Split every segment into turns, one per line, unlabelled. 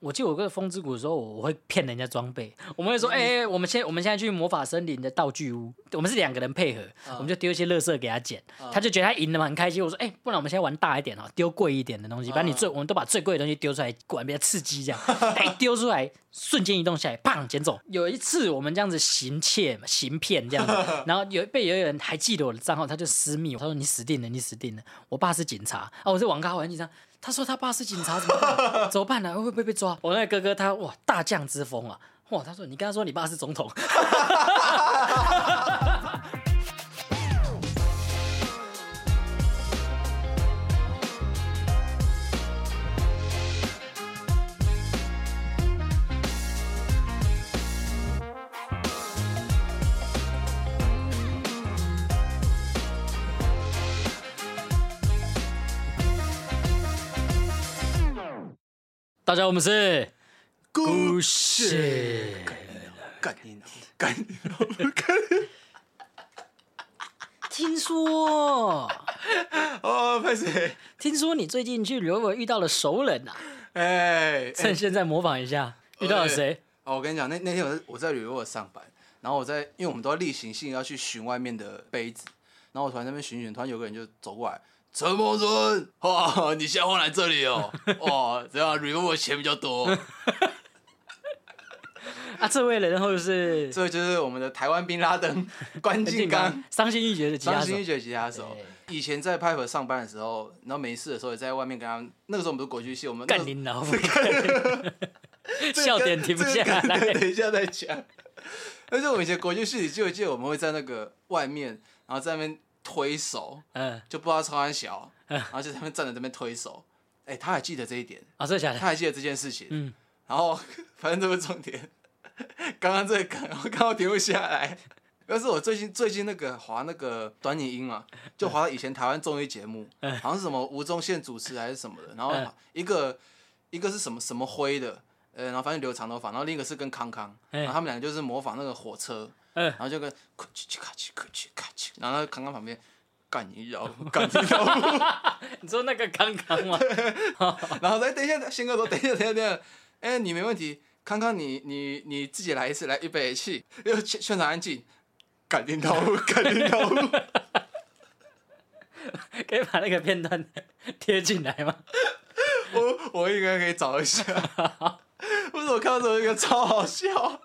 我记得我跟风之谷的时候，我会骗人家装备， 我们会说，哎、欸我们现我们现在去魔法森林的道具屋，我们是两个人配合，我们就丢一些垃圾给他捡，他就觉得他赢了嘛，很开心。我说，哎、不然我们现在玩大一点哦，丢贵一点的东西，把你最我们都把最贵的东西丢出来，管比较刺激这样，哎、丢出来，瞬间移动下来，砰，捡走。有一次我们这样子行窃嘛，行骗这样子，然后有被有一个人还记得我的账号，他就私密我，他说你死定了，你死定了，我爸是警察啊，我是网咖，我很紧张。他说他爸是警察，怎么办？怎么办呢、会不会被抓？我那个哥哥他哇大将之风啊，哇他说你跟他说你爸是总统， 大家我们是故事，
干你娘干你娘
啊听说
哦，拍谁？
听说你最近去旅游遇到了熟人啊，
哎，
趁现在模仿一下，遇到了谁？
哦，我跟你讲，那那天我在我在旅游我上班，然后我在，因为我们都要例行性要去寻外面的杯子，然后我突然在那边寻寻，突然有个人就走过来，陈柏春，哇，哦你现在换来这里哦， 哇，这样 remove 我钱比较多，哦
啊，这位人后是
这就是我们的台湾宾拉登关
陈
敬刚。
伤心欲绝的吉他
张
手
新，一啊学吉他手，以前在 Piper 上班的时候，然后没事的时候也在外面跟他，那个时候我们不是国剧系，我们那
干啊您老母，笑点停不下来
这个等一下再讲。而且我们以前国剧系，你记不记得我们会在那个外面，然后在那边推手，
嗯，
就不知道超 安小，然后就在那边站着这边推手。哎、他还记得这一点，
啊，这假
他
的，
还记得这件事情。
嗯，
然后反正这不是重点。 刚刚这个梗，我刚好停不下来。但是我最近最近那个滑那个短影音嘛，就滑到以前台湾综艺 节目，好像是什么吴宗宪主持还是什么的，然后
嗯
一个一个是什么什么辉的，呃，然后反正留长头发，然后另一个是跟康康，
哎
然后他们两个就是模仿那个火车，
嗯
然后就跟 咔哧咔哧咔哧咔哧，然后康康旁边干你老母 干你老母，
你说那个刚刚吗？
然后说哎等一下，宪哥说等一下，等一下，等一下，哎、你没问题，康康你你你自己来一次，来预备起，又现现场安静，赶紧投入，赶紧投入，
可以把那个片段贴进来吗？
我我应该可以找一下， 为什么看到这个觉得超好笑？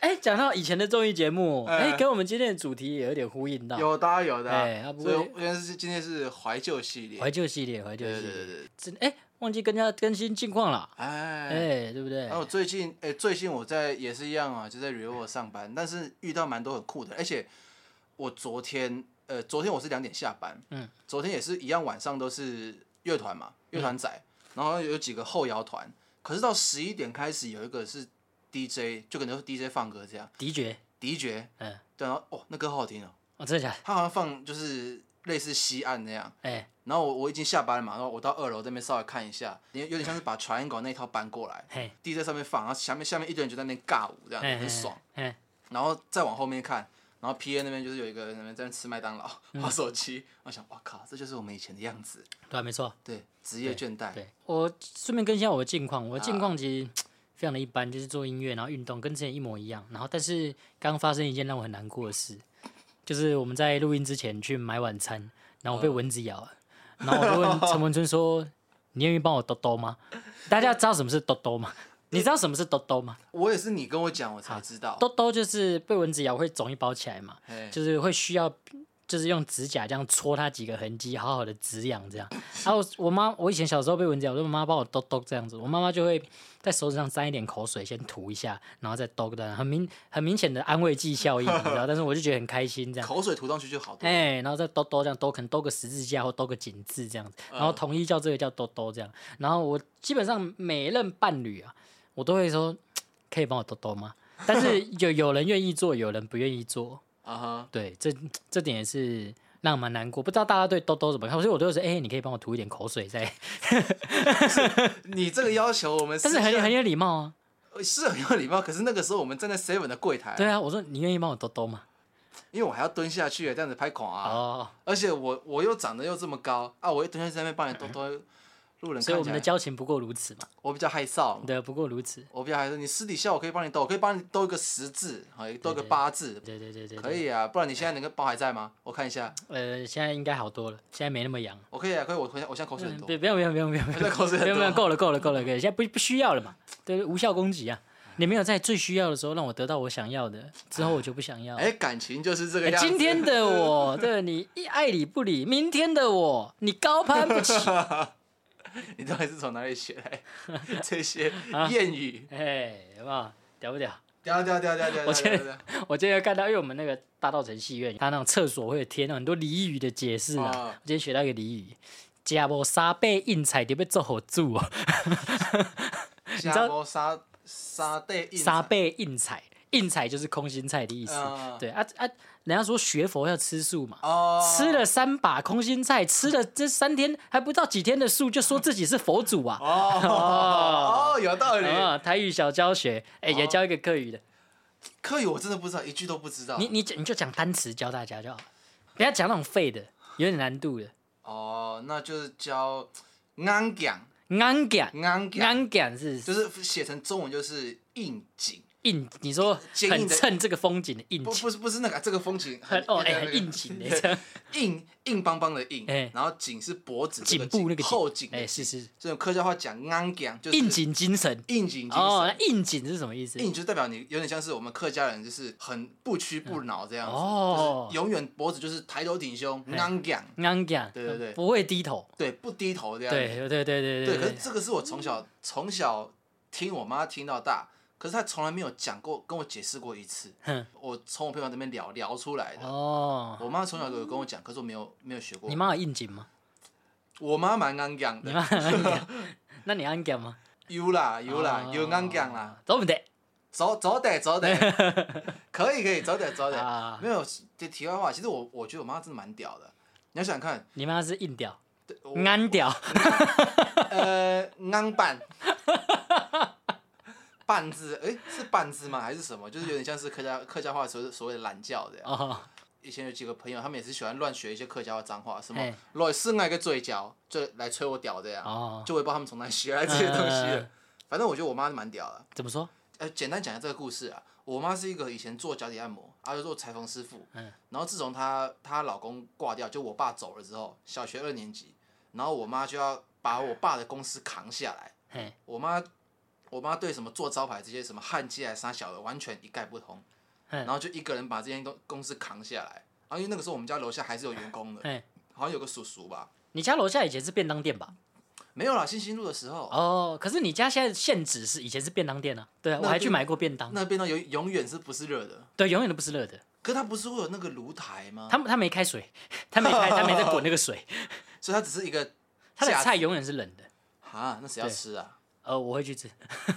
哎，讲到以前的综艺节目，
哎
哎，跟我们今天的主题也有点呼应到，
有的啊有的啊、
哎啊不
所以
过
我今天是今天是怀旧系列，
怀旧系列，怀旧
对
系
对对
列，
对，
真哎，忘记跟大家更新近况了，
哎。
哎，对不对
然？后最近，哎、最近我在也是一样啊，就在 r e v o 上班，但是遇到蛮多很酷的，而且我昨天，呃，昨天我是两点下班，
嗯，
昨天也是一样，晚上都是乐团嘛，乐团仔，
嗯
然后有几个后摇团，可是到十一点开始有一个是 DJ，就可能是 DJ 放歌这样，
迪爵，
迪爵，
嗯，
对，然后哦，那歌好好听哦，
哦，真的假的？
他好像放就是类似西岸那样。
哎，
然后我我已经下班了嘛，然后我到二楼这边稍微看一下，有有点像是把 Triangle 那一套搬过来，
嘿，
地在上面放，然后下面下面一堆人就在那边尬舞，这样
哎，
很爽。
哎，哎，
然后再往后面看，然后 P A 那边就是有一个人在那边吃麦当劳、
嗯
划手机，我想，哇靠，这就是我们以前的样子。
对啊，没错。
对，职业倦怠。
对我顺便更新一下我的近况，我的近况其实非常的一般，就是做音乐，然后运动，跟之前一模一样。然后，但是刚发生一件让我很难过的事，就是我们在录音之前去买晚餐，然后我被蚊子咬了，然后我就问陈文春说：“你愿意帮我兜兜吗？” 大家知道什么是兜兜吗？你知道什么是兜兜吗？
我也是你跟我讲，我才知道。
兜兜就是被蚊子咬会肿一包起来嘛，
嘿
就是会需要，就是用指甲这样戳它几个痕迹，好好的止痒这样。然后我妈，我以前小时候被蚊子咬，我就妈妈帮我兜兜这样子，我妈妈就会在手指上沾一点口水，先涂一下，然后再兜的，很明很明显的安慰剂效应，你知道？但是 我就觉得很开心这样。
口水涂上去就好多。
哎、然后再兜兜这样兜，可能兜个十字架或兜个井字这样子，然后统一叫这个叫兜兜这样。然后我基本上每任伴侣啊，我都会说，可以帮我兜兜吗？ 但是有有人愿意做，有人不愿意做，
啊哈，
对，这这点也是让我蛮难过。不知道大家对兜兜怎么看，所以我都会说，哎、你可以帮我吐一点口水 在，
你这个要求我们
但是很有很有礼貌啊。
很是很有礼貌，可是那个时候我们站在 Seven 的柜台，
对啊，我说你愿意帮我兜兜吗？
因为我还要蹲下去，这样子拍孔啊。
哦，
而且我我又长得又这么高啊，我一蹲下去在那边帮你兜兜，路人看起
所
来
以
哦
我们的交情不过如此嘛，
我比较害臊，
对，啊不过如此，
我比较害臊。你私底下我可以帮你斗，我可以帮你斗一个十字，好，斗一个
对
八字，
对对对对，
可，以啊。不然你现在那个包还在吗？我看一下，
呃，现在应该好多了，现在没那么 痒。
我可以啊，可以。我我现在我现在口水很
嗯
多
不，不用不用不用不用， 不
在口水很
用不用，
多
够了够了够了，够了，现在不不需要了嘛，对，无效攻击啊，
哎
你没有在最需要的时候让我得到我想要的，之后我就不想要了。
哎，感情就是这个
哎
样子。
今天的我，对你一爱理不理；明天的我，你高攀不起。
你到底是从哪里学来 这些
啊
谚语？
哎，有没有屌不屌？
掉掉掉掉掉！
我觉得
屌屌
我今天看到，因为我们那个大道城戏院，它那种厕所会有贴那种很多俚语的解释啊。
哦
我今天学到一个俚语：家无三百硬菜，就要做好住哦。
新加坡沙沙地印
三百 硬菜，硬菜就是空心菜的意思。
嗯
对啊啊，人家说学佛要吃素嘛。
哦，
吃了三把空心菜，吃了这三天还不到几天的素，就说自己是佛祖啊！
哦哦，有道理。
啊、台语小教学，哎、也
哦
教一个客语的。
客语我真的不知道，一句都不知道。
你你你就讲单词教大家就好了，不要讲那种废的，有点难度的。
哦，那就是教安讲
安感
安讲，
安感是
就是写成中文就是应景，
应，你说
坚硬
很
的
衬这个风景的应
不
景，
不是不是那个啊这个风景
很
很
哦哎、
那个
很应景的
对
这样
硬硬邦邦的硬
哎，
然后颈是脖子这
颈部那个
后颈的
哎、
颈，
是是
这种客家话讲安讲就是
应景精神
应景精
哦，
神。
那应景是什么意思？
应就代表你有点像是我们客家人，就是很不屈不挠这样子，
嗯哦哎
就是永远脖子就是抬头挺胸，安讲，
安感
对对对
不会低头，
对，不低头这样子。
对对对对对
对，可是这个是我从小从小听我妈听到大，可是她从来没有讲过跟我解释过一次。
哼
我从我朋友那边聊聊出来的。
哦，
我妈从小有跟我讲，可是我没有没有学过
你。妈有应景吗？
我妈蛮安讲
你
的，
妈有安感， 那你安感吗？
有啦有啦
哦
有安讲啦，，
对不对？
走走得走 得，可以可以走得走得。
啊，
没有，这题外话，其实我我觉得我妈真的蛮屌的。你要想想看，
你妈是硬屌，
对我
安屌，
呃，安半，半字，哎、是半字吗？还是什么？就是有点像是客家客家话所所谓的懒教这样。
哦，
以前有几个朋友，他们也是喜欢乱学一些客家话脏话，什么
嘿
老是那个嘴角，就来吹我屌这样。
哦
就我也不知道他们从哪里学来这些东西的。
呃
反正我觉得我妈蛮屌的。
怎么说？
呃，简单讲一下这个故事啊，我妈是一个以前做脚底按摩，她就做裁缝师傅。
嗯
然后自从她她老公挂掉，就我爸走了之后，小学二年级，然后我妈就要把我爸的公司扛下来。
嘿，
我妈我妈对什么做招牌这些什么焊接啊、啥小的完全一概不通，
嗯
然后就一个人把这间公公司扛下来。然后因为那个时候我们家楼下还是有员工的，
嘿，
好像有个叔叔吧，
你家楼下以前是便当店吧？
没有啦，新兴路的时候，
哦，可是你家现在现址是以前是便当店啊，对啊，
那
我还去
就
买过便当，
那边呢永永远是不是热的？
对，永远都不是热的。
可它不是会有那个炉台吗？
他他没开水， 他没开，他没在滚那个 水，
所以它只是一个
他的
架子
菜永远是冷的。
啊，那谁要
对
吃啊？
呃，我会去吃，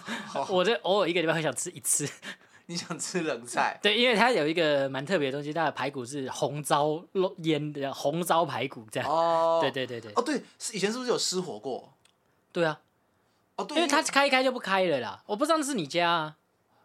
我这偶尔一个礼拜会想吃一次。
你想吃冷菜？
对，因为它有一个蛮特别的东西，它的排骨是红糟肉腌的，红糟排骨这样。
哦，
对对对对
哦，对，是以前是不是有失火过？
对啊，
哦，对，
因为它开一开就不开了啦。我不知道那是你家啊，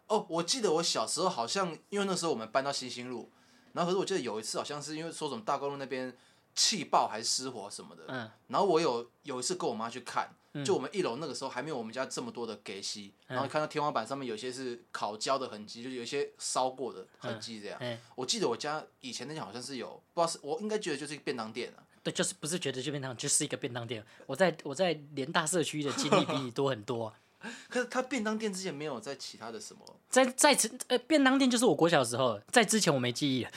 哦，我记得我小时候好像，因为那时候我们搬到新兴路，然后可是我记得有一次好像是因为说什么大公路那边气爆还是失火什么的，
嗯
然后我有有一次跟我妈去看，就我们一楼那个时候还没有我们家这么多的给息，然
嗯
后看到天花板上面有些是烤焦的痕迹，就有一些烧过的痕迹这样。
嗯，
我记得我家以前那家好像是有，不知道是我应该觉得就是一个便当店啊。
对，就是不是觉得这便当就是一个便当店。我在我在联大社区的经历比你多很多啊、
可是它便当店之前没有在其他的 什么
在在此呃，便当店就是我国小的时候，在之前我没记忆了。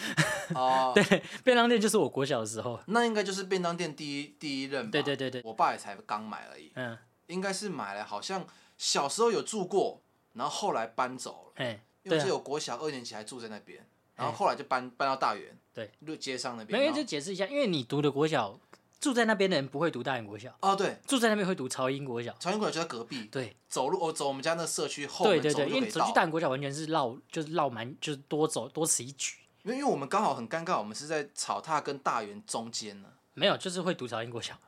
哦，
对，便当店就是我国小的时候。
那应该就是便当店第一第一任吧。
对对对对
我爸也才刚买而已。
嗯，
应该是买了，好像小时候有住过，然后后来搬走了，
哎，
因为
对
是
啊，
有国小二年级还住在那边，然后后来就搬搬到大园，
对，
路街上那边。
没有
然后
就解释一下，因为你读的国小，住在那边的人不会读大英国小，
哦，对，
住在那边会读朝英国小。
朝阳馆就在隔壁，
对
走路我、哦走我们家那社区后
对
门
对
走
对，
路就
因
可
为
以
走
到
去。大英国小完全是绕，就是绕蛮，就是多走多此一举。
因为因为我们刚好很尴尬，我们是在草踏跟大园中间呢。
没有，就是会读朝英国小，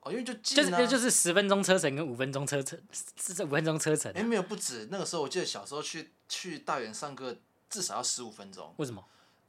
哦，因为就近
就
啊，
是就是十分钟车程跟五分钟车程，是是五分钟车程
哎、。没有不止，那个时候我记得小时候去去大园上课至少要十五分钟，
为什么？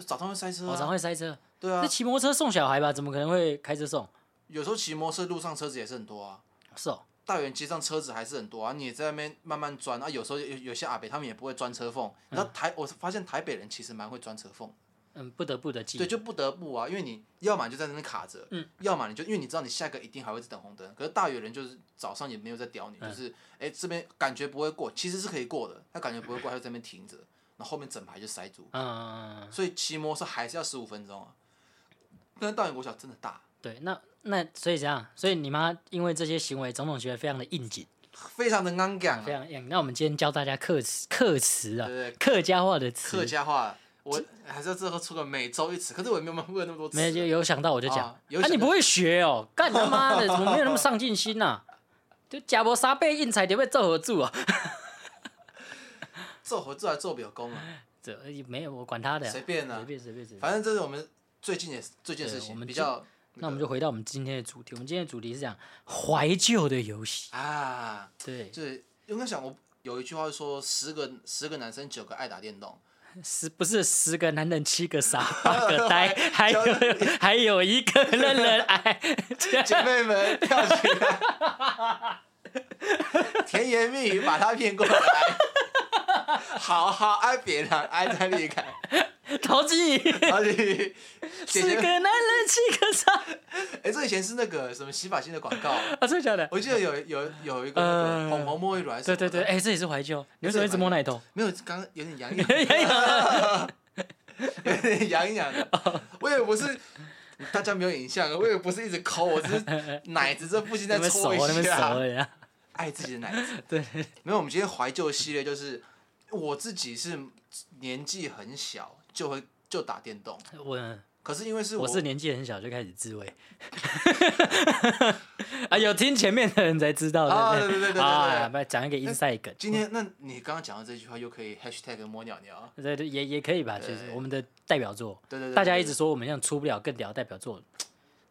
早上会塞车
我常
啊。
会塞车。
对啊
那，骑摩托车送小孩吧，怎么可能会开车送？
有时候骑摩托车路上车子也是很多啊。
是哦，
大园街上车子还是很多啊，你也在那边慢慢钻啊。有时候有有些阿北他们也不会钻车缝，然后台我发现台北人其实蛮会钻车缝，
嗯，不得不的记
对，，就不得不啊，因为你要么就在那边卡着，
嗯，
要么你就因为你知道你下一个一定还会再等红灯，可是大园人就是早上也没有在屌你，就是哎、这边感觉不会过，其实是可以过的，他感觉不会过，他就在那边停着，然后后面整排就塞住，
嗯，
所以骑摩托车还是要十五分钟啊。但是大园国小真的大，
对，那那所以这样，所以你妈因为这些行为，种种行为非常的应景，
非常的刚讲
非
啊，
常应。那我们今天教大家客词，客词啊
对，对
客家话的
客
词，
家话。我还是要最后出个每周一次，可是我也没有问那么多次。
没有就有想到我就讲，
啊有
啊
想
你
到
不会学哦，干他妈的，怎么没有那么上进心呐、 就假无三倍硬才就要做合住啊，
做合作还做表功嘛，
这呃没有我管他的啊，
随便啊
随便随便随便。
反正这是我们最近的最近的
对
事
我
情，
们
比
就
较
那我们就回到我们今天的主题，我们今天的主题是讲怀旧的游戏，
啊，
对，
就是应该想我有一句话说，十个十个男生九个爱打 电动，
十不是十个男人七个傻八个 呆，还有还有一个任人爱，
姐妹们跳起来， 甜言蜜语把他骗过来，好好爱别人，爱在离开，
陶晶莹，
而且姐
十
姐
个
们，
男人七个傻，
哎，这以前是那个什么洗发精的广告，
啊，真的假的？
我记得有有有一个那
呃
个红红沐浴乳还是什
对
么
对对，
的，
哎，这也是怀旧，你为什么一直摸奶头？
没有，刚刚有点洋溢。
哎呀
有点 痒痒的。我也不是，大家没有影像，我也不是一直抠，我只是奶子这 附近
你
在
们熟，啊
搓
你
一
们
下，
熟呀，
爱自己的奶子。
对，
没有，我们今天怀旧系列就是我自己是年纪很小就会就打电动，
我
可是因为是
我
我
是年纪很小就开始自慰， 啊，有听前面的人才知道，
啊
不
对对对对对
啊，不讲一个 inside 梗，
今天，那你刚刚讲到这句话又可以 hashtag 摸鸟啊鸟，
对对，也也可以吧，其实
对
我们的代表作，
对对对对
大家一直说我们像出不了更屌的代表作，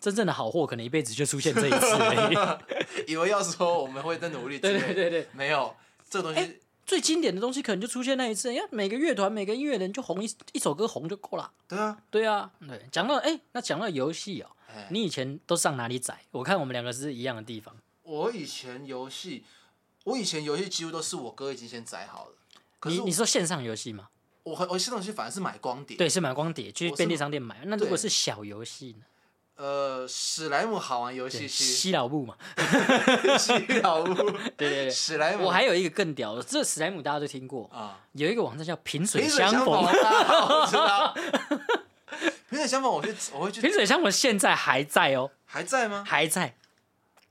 真正的好货可能一辈子就出现这一次而已。
以为要说我们会在努力之
对
类的，
对对哎对，
没有这东西。
最经典的东西可能就出现那一次，哎呀，每个乐团每个音乐人就红一一首歌红就够了。
对啊，
对啊，对，讲到哎、那讲到游戏哦，
哎
你以前都上哪里载？我看我们两个是一样的地方。
我以前游戏，我以前游戏几乎都是我哥已经先载好了。可是
你
我
你说线上游戏吗？
我很我系统去反而是买光碟。
对，是买光碟去
我是
便利商店买。那如果
对
是小游戏呢？
呃，史莱姆好玩游戏
对，
区，
西老布嘛。
西老屋，
对对对，
史莱姆。
我还有一个更屌的，这史莱姆大家都听过，
啊，
有一个网站叫萍水
萍水
相
相
逢
逢。啊，我 知道。萍水相逢，我去，我会去，
萍水相逢现在还在哦，
还在吗？
还在，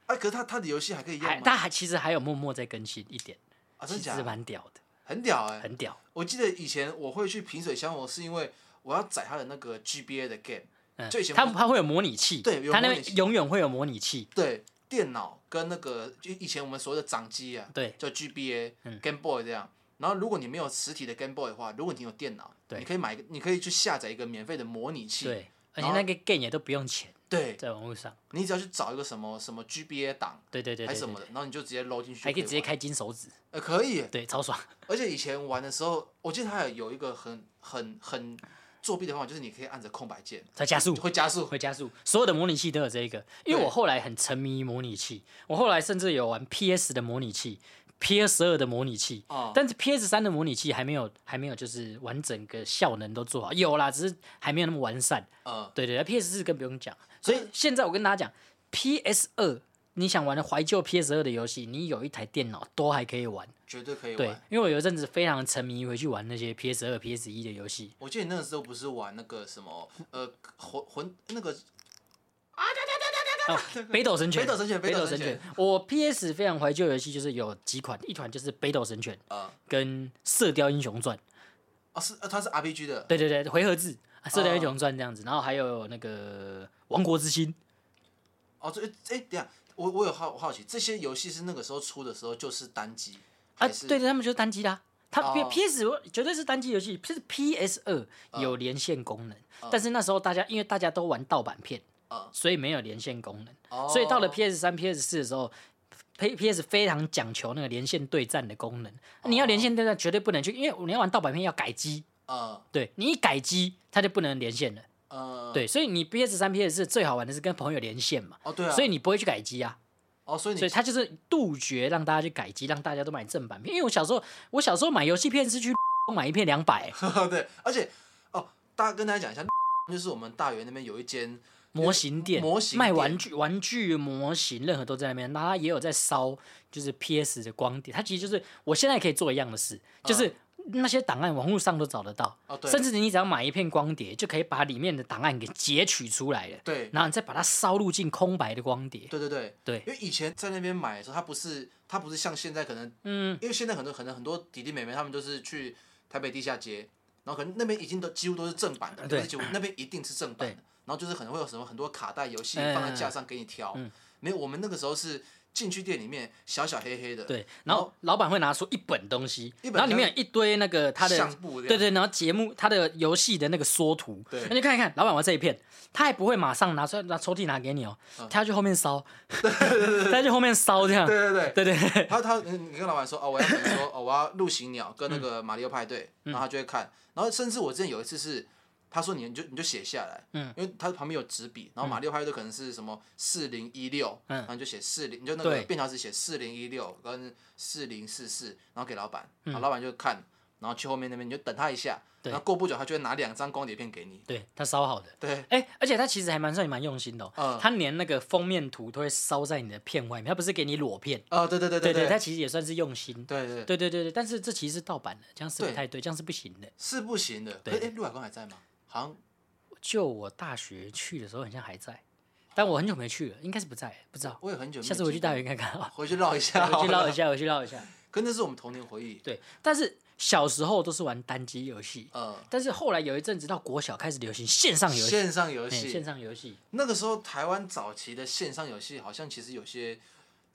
啊，可是他他的游戏还可以
还
用嗯吗？
但还其实还有默默在更新一点，
啊，真
其
的假
实
的？
蛮屌的，
很屌哎！
很屌。
我记得以前我会去萍水相逢，是因为我要载他的那个 GBA 的 game，
嗯
就以，前
他
不
他会有模拟器，
对有
他那
模拟器
边永远会有模拟器，
对，电脑跟那个就以前我们所谓的掌机啊，
对，
叫 GBA、
嗯
Game Boy 这样。然后，如果你没有实体的 Game Boy 的话，如果你有电脑，
对
你可以买一个，你可以去下载一个免费的模拟器。
对，而且
然后
那个 game 也都不用钱，
对，
在网络上，
你只要去找一个什么什么 GBA 档
对对对
还
对
是什
对
么，的，然后你就直接搂进去，
还可以直接
玩。
开金手指，
呃，可以。
对，超爽。
而且以前玩的时候，我记得它有有一个很很很作弊的方法，就是你可以按着空白键
再加速
会加速。
会加速，所有的模拟器都有这一个，因为
对
我后来很沉迷于模拟器，我后来甚至有玩 PS 的模拟器。PS 二的模拟器，
哦
但是 PS 三的模拟器还没有还没有就是完整个效能都做好，有啦，只是还没有那么完善。
呃，
对对，PS 四更不用讲。所
嗯
以现在我跟大家讲，PS 二你想玩的怀旧 PS 二的游戏，你有一台电脑都还可以玩。
绝对可以
对
玩。，
因为我有一阵子非常沉迷回去玩那些 PS 二、PS 一的游戏。
我记得你那个时候不是玩那个什么呃魂魂那个
哦，北斗神拳，
北斗神拳
北
北斗
神
神拳。
我 PS 非常怀旧的游戏就是有几款，一款就是北斗神拳
呃
跟射雕英雄传。
啊是啊它是 RPG 的，
对对对，回合制。啊射雕英
哦
雄传这样子，然后还有那个王国之心，
哦，这哎，等一下，我我有好我好奇，这些游戏是那个时候出的时候就是单机
啊，
还是
对对，他们就是单机的、啊。它 P
哦
P S 绝对是单机游戏，P P S 二有连线功能，
嗯
但是那时候大家因为大家都玩盗版片，
嗯
所以没有连线功能，
哦
所以到了 P S 三 P S 四的时候，P P S 非常讲求那个连线对战的功能。啊你
哦
要连线对战，绝对不能去，因为你要玩盗版片要改机，
呃
对你一改机，它就不能连线了。
呃
对，所以你 P S 三 P S 四最好玩的是跟朋友连线嘛，
哦对啊，
所以你不会去改机啊。
哦，所以你
所以他就是杜绝让大家去改机，让大家都买正版片。因为我小时候，我小时候买游戏片是去买一片两百
对，而且哦，大家跟大家讲一下， 就是我们大园那边有一间
模型店，
模型
卖
店
玩具、玩具模型，任何都在那边。那他也有在烧，就是 PS 的光碟。它其实就是我现在可以做一样的事，就是那些档案网络上都找得到，
哦，嗯对，
甚至你只要买一片光碟，就可以把里面的档案给截取出来了，
对
然后你再把它烧入进空白的光碟。
对对对
对
因为以前在那边买的时候，它不是它不是像现在可能，
嗯，
因为现在很多可能很多弟弟妹妹他们都是去台北地下街，然后可能那边已经都几乎都是正版的，
对
不是几乎那边一定是正版的，然后就是可能会有什么很多卡带游戏
嗯
放在架上给你挑，没有，我们那个时候是进去店里面小小黑黑的，
对，然后老板会拿出一本东西，
一本
然后里面有一堆那个他的
相簿这样
对对，然后节目他的游戏的那个缩图，
对
那就看一看老板玩这一片，他也不会马上拿出来拿抽屉拿给你哦，
嗯
他要去后面烧， 他要去后面烧这样，
对对对，
对对对，
他他你你跟老板说哦，我要比如说哦，我要陆行鸟跟
嗯
那个马里奥派对，然后他就会看，然后甚至我之前有一次是。他说你：“你就你就写下来，
嗯，
因为他旁边有纸笔，然后马里奥派对可能是什么四零一六，
嗯
然后你就写四零，你就那个
对
便条纸写四零一六跟四零四四，然后给老板，然后老板就看，然后去后面那边你就等他一下，
嗯对
然后过不久他就会拿两张光碟片给你，
对他烧好的。
对，
哎、而且他其实还蛮算蛮用心的、哦，
嗯
他连那个封面图都会烧在你的片外面，他不是给你裸片，
啊，对对对
对
对
他其实也算是用心，
对对，
对对对对，但是这其实是盗版的，这样是不
对
太对，这样是不行的。
是不行的。
对
哎，陆海光还在吗？好像
就我大学去的时候，好像还在，但我很久没去了，应该是不在了，不知道。
我也很久没有
下次回去
见过
大学看看啊，
回去绕一下，
回去唠一下，回去唠一下。
可那是我们童年回忆。
对，但是小时候都是玩单机游戏，
呃，
但是后来有一阵子到国小开始流行线上游戏，
线上游
哎线
戏，
上游戏，
那个时候台湾早期的线上游戏，好像其实有些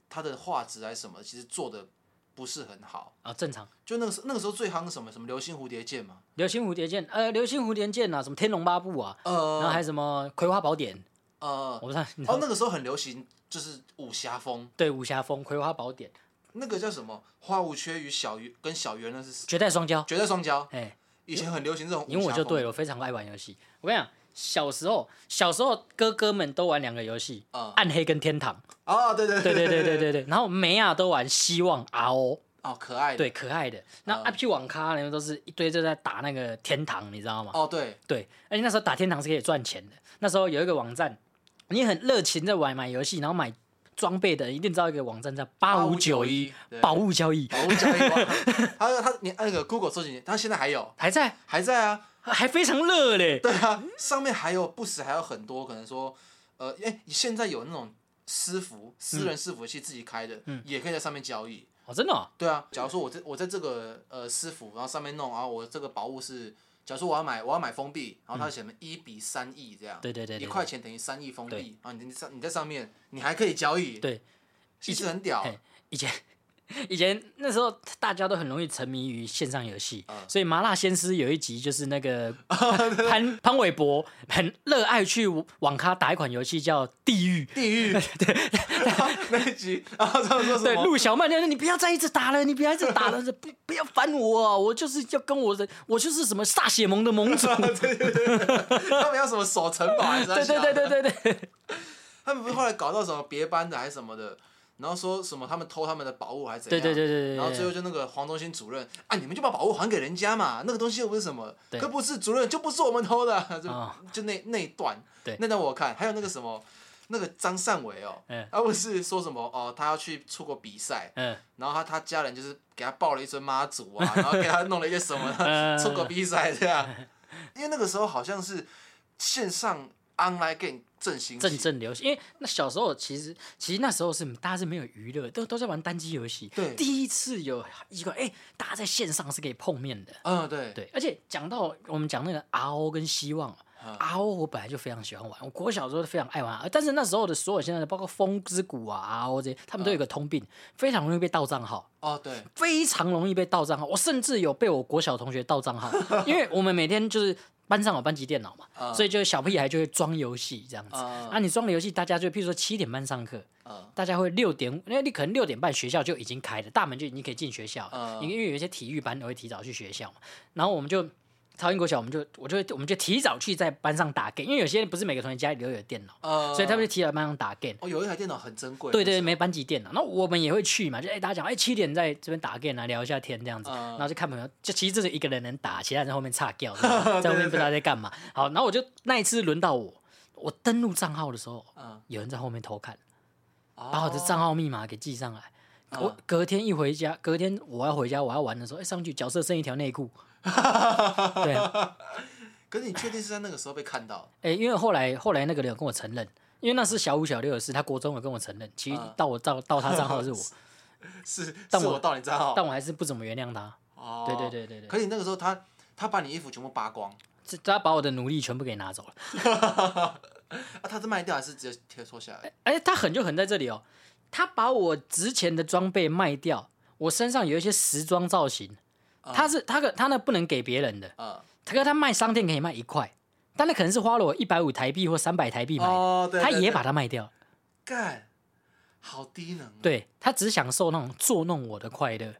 它的画质还是什么，其实做的不是很好。
啊，正常。
就那个时候那个时候最夯什么什么流星蝴蝶剑嘛，
流星蝴蝶剑，呃，流星蝴蝶剑啊，什么天龙八部啊，然后
呃
还有什么葵花宝典，
呃，
我不知道。你知道
哦，那个时候很流行就是武侠风，
对，武侠风、葵花宝典、
那个叫什么花无缺与小鱼跟小圆那是
绝代双骄，
绝代双骄，
哎，
以前很流行这种武侠
因为我就
风
对了，我非常爱玩游戏。我跟你讲，小时候小时候哥哥们都玩两个游戏，
嗯
暗黑跟天堂。
哦，对对
对对啊对对
对，
对对。然后梅亚都玩希望啊 RO，
哦，可爱的，
对，可爱的。然后 IP 网咖那边都是一堆就在打那个天堂，你知道吗？
哦对，
对，而且那时候打天堂是可以赚钱的。那时候有一个网站，你很热情在玩买游戏，然后买装备的，一定知道一个网站叫八五九一
对
宝物交易，
保护交易花， 他他你那个 Google 搜寻，他现在还有
还在，
还在啊，
还非常热嘞。
对啊，上面还有不时还有很多可能说，呃，哎、现在有那种私服、私
嗯
人私服器自己开的，也可以在上面交易。
哦，真的、哦，
对啊，假如说我在我在这个呃私服，然后上面弄，然后我这个宝物是，假如说我要买我要买封闭，然后它写什么一比三亿这样，
嗯对对对
一
对
块钱等于三亿封
对
闭，然后你上你在上面你还可以交易，
对，
其实很屌，
嘿哎以前 以前那时候大家都很容易沉迷于线上游戏，所以《麻辣鲜师》有一集就是那个潘潘潘玮柏很热爱去网咖打一款游戏叫《地狱》。
地狱，对，那一集，然后他们说什
对，
么？
陆小曼就说：“你不要再一直打了，你不要一直打了， 不不要烦我、啊，我就是要跟我的，我就是什么歃血盟的盟主。
他们要什么守城堡还是”要
对对
下
对对对对，
他们不是后来搞到什么别班的还是什么的，然后说什么他们偷他们的宝物还是怎样？
对对对对对对
然后最后就那个黄忠兴主任啊，你们就把宝物还给人家嘛，那个东西又不是什么，
对
可不是主任就不是我们偷的，就、
啊
就那那一段，
对
那段我有看，还有那个什么。那个张善伟哦，
嗯
他不是说什么哦，他要去出国比赛，
嗯，
然后他他家人就是给他抱了一尊妈祖 啊，然后给他弄了一些什么
嗯
出国比赛这样，因为那个时候好像是线上 online game 正兴起，
阵阵流行。因为那小时候其实其实那时候是大家是没有娱乐，都都在玩单机游戏。
对
第一次有一个哎、大家在线上是可以碰面的。
嗯对，
对，而且讲到我们讲那个 RO 跟希望
嗯
，RO 我本来就非常喜欢玩，我国小的时候非常爱玩，啊但是那时候的所有现在的包括风之谷啊、RO 这些，他们都有一个通病，非常容易被盗账号。
哦对，
非常容易被盗账号，我甚至有被我国小同学盗账号，因为我们每天就是班上有班级电脑嘛，
嗯
所以就是小屁孩就会装游戏这样子。
嗯
啊，你装了游戏，大家就譬如说七点半上课，
嗯
大家会六点，因为你可能六点半学校就已经开了，大门就已经可以进学校了。
嗯
因为有一些体育班我会提早去学校嘛，然后我们就超英国小，我们就我就我们就提早去在班上打 game，因为有些人不是每个同学家里都有电脑，
呃，
所以他们就提早在班上打 game。
哦，有一台电脑很珍贵，
对
那时
对，
候
没班级电脑，那我们也会去嘛，就哎、大家讲哎、七点在这边打 game 啊，聊一下天这样子，
嗯
然后就看朋友，就其实这是一个人能打，其他人在后面岔 掉，这样在后面不知道在干嘛。好，然后我就那一次轮到我，我登录账号的时候，
嗯，哦
有人在后面偷看，把
把
我的账号密码给记上来。
嗯
我隔天一回家，隔天我要回家，我要玩的时候，哎、上去角色剩一条内裤，对，
可是你确定是在那个时候被看到？
哎、因为后来后来那个人有跟我承认，因为那是小五小六的事，他国中有跟我承认，其实
嗯哦
到我到到他账号的 是我，
是，
但
是
我
我盗你账号。
但我还是不怎么原谅他。
哦，
对对。对对对，
可是你那个时候他他把你衣服全部扒光
这他把我的努力全部给拿走了。
啊，他是卖掉还是直接贴错下来？
哎、他狠就狠在这里哦，他把我值钱的装备卖掉，我身上有一些时装造型，
啊
他是他可他那不能给别人的，
嗯，
他跟他卖商店可以卖一块，但那可能是花了我一百五台币或三百台币买的，
哦，对，
他
对
也
对
把它卖掉了。
干，好低能哦。
对他只享受那种捉弄我的快乐。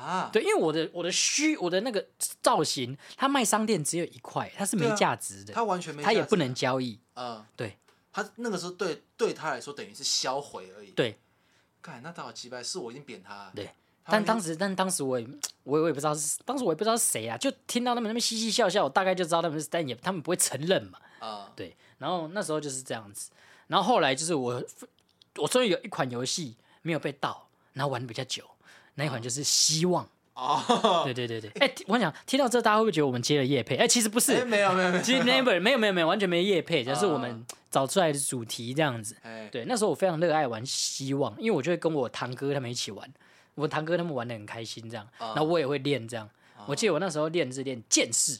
啊，
对，因为我的我的虚我的那个造型，他卖商店只有一块，它是没
对啊
价值的，
他完全没，
它也不，能交易。
嗯，
对
他那个时候对对他来说等于是销毁而已。
对，
干，那他好鸡掰，是我已经扁他。
对
他完
但
全，
当时，但当时我也，我也我也不知道是，当时我也不知道是谁啊，就听到他们那边嘻嘻笑笑，我大概就知道他们是，但也他们不会承认嘛，
啊，
对。然后那时候就是这样子，然后后来就是我，我终于有一款游戏没有被盗，然后玩的比较久，那一款就是《希望》
哦，
对对对对。哎、我想听到这，大家会不会觉得我们接了叶配？哎、其实不是，
哎，没有没有没有，
其实 Never 没有没有没有完全没叶配，只是我们
啊
找出来的主题这样子。
哎，
对，那时候我非常热爱玩希望，因为我就会跟我堂哥他们一起玩，我堂哥他们玩的很开心这样，
啊
然后我也会练这样。我记得我那时候练是练剑士，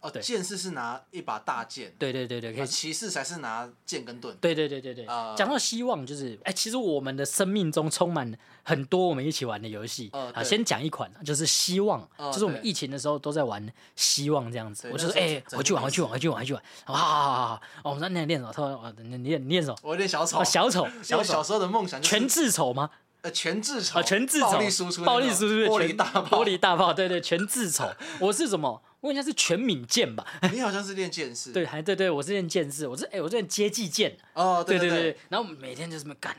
哦，
对
剑士是拿一把大剑，
对对对对，可
啊
以。
骑士才是拿剑跟盾。
对对对对对，
啊
讲到希望，就是哎、其实我们的生命中充满很多我们一起玩的游戏。
哦
好，
对
先讲一款，就是希望，
哦
就是我们
对
疫情的时候都在玩希望这样子。
对
我就说，
那时候
哎、
整
我去玩，
个
我去玩，我去玩，我去玩。好好好好好，哦我们说那你练什么？他说，哦你你练你练什么？
我有点小丑
哦，，小丑，
因为
小
我小
丑，
时候的梦想就是
全自丑吗？
呃全自
啊，
丑，
全自丑，
暴力输出那种，
暴力输出，
玻璃
全
大炮
玻。璃大炮，对对，全自丑。我是什么？我应该是全敏剑吧？
你好像是练剑士，
对，还对对，我是练剑士，我是哎、我是练接技剑，
哦，
对
对
对
对，
对。然后每天就这么干，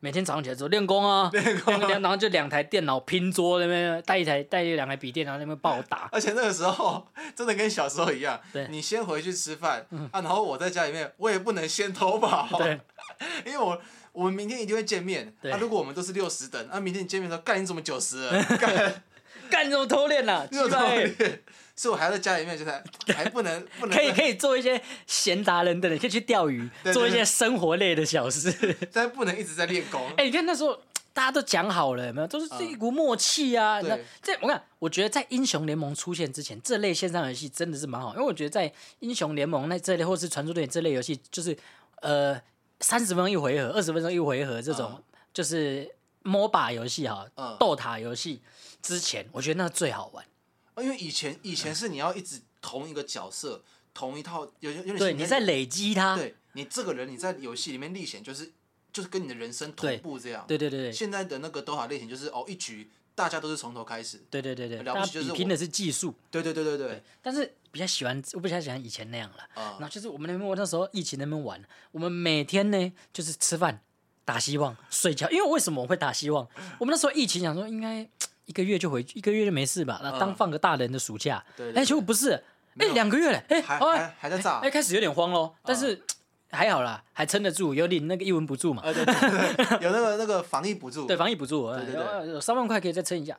每天早上起来之后练功啊，练功，然后就两台电脑拼桌那边带一台带两台笔电，然后那边暴打。
而且那个时候 真的跟小时候一样
对，嗯
你先回去吃饭啊，然后我在家里面，我也不能先偷跑，
对，
因为我我们明天一定会见面，
对
啊，如果我们都是六十等，啊，明天你见面说，干你怎么 九十了，干
干这么偷练呐、啊？
你有
鸡
道
巴欸
理， 所以我还要在家里面，就是还不能不能
可以可以做一些闲杂人等，你可以去钓鱼，
对对
做一
对
些生活类的小事。
但不能一直在练功，
哎、你看那时候大家都讲好了，有没有？都是这一股默契啊。
嗯对
那这我看，我觉得在英雄联盟出现之前，这类线上游戏真的是蛮好，因为我觉得在英雄联盟那这类或是传说对决这类游戏，就是呃三十分钟一回合，二十分钟一回合这种，
嗯
就是 MOBA 游戏哈
嗯，
斗塔游戏之前，我觉得那最好玩。
哦因为以前以前是你要一直同一个角色，同一套，有有有点
对，
像
你在累积它。
对你这个人，你在游戏里面历险，就是就是跟你的人生同步这样。
对对对对
现在的那个斗法类型就是哦，一局大家都是从头开始。
对对对对，
了不
大家
起就是
比
我
拼的是技术，
对对对对对，
但是比较喜欢，我比较喜欢以前那样了。
啊
然、后就是我们那边我那时候疫情那边玩，我们每天呢就是吃饭、打希望、睡觉。因为为什么我会打希望？
嗯
我们那时候疫情想说应该一个月就回去，一个月就没事吧，那当
嗯
放个大人的暑假。
对对
哎，结果不是，哎，
有
两个月嘞，哎，
还
哦
还啊嗯还在炸
哎，。开始有点慌喽，但是还好啦，还撑得住，有领那个一文不助嘛，
呃，对对对，有那个那个防疫补助。
对，防疫补助，哎
对对对
有有三万块可以再撑一下。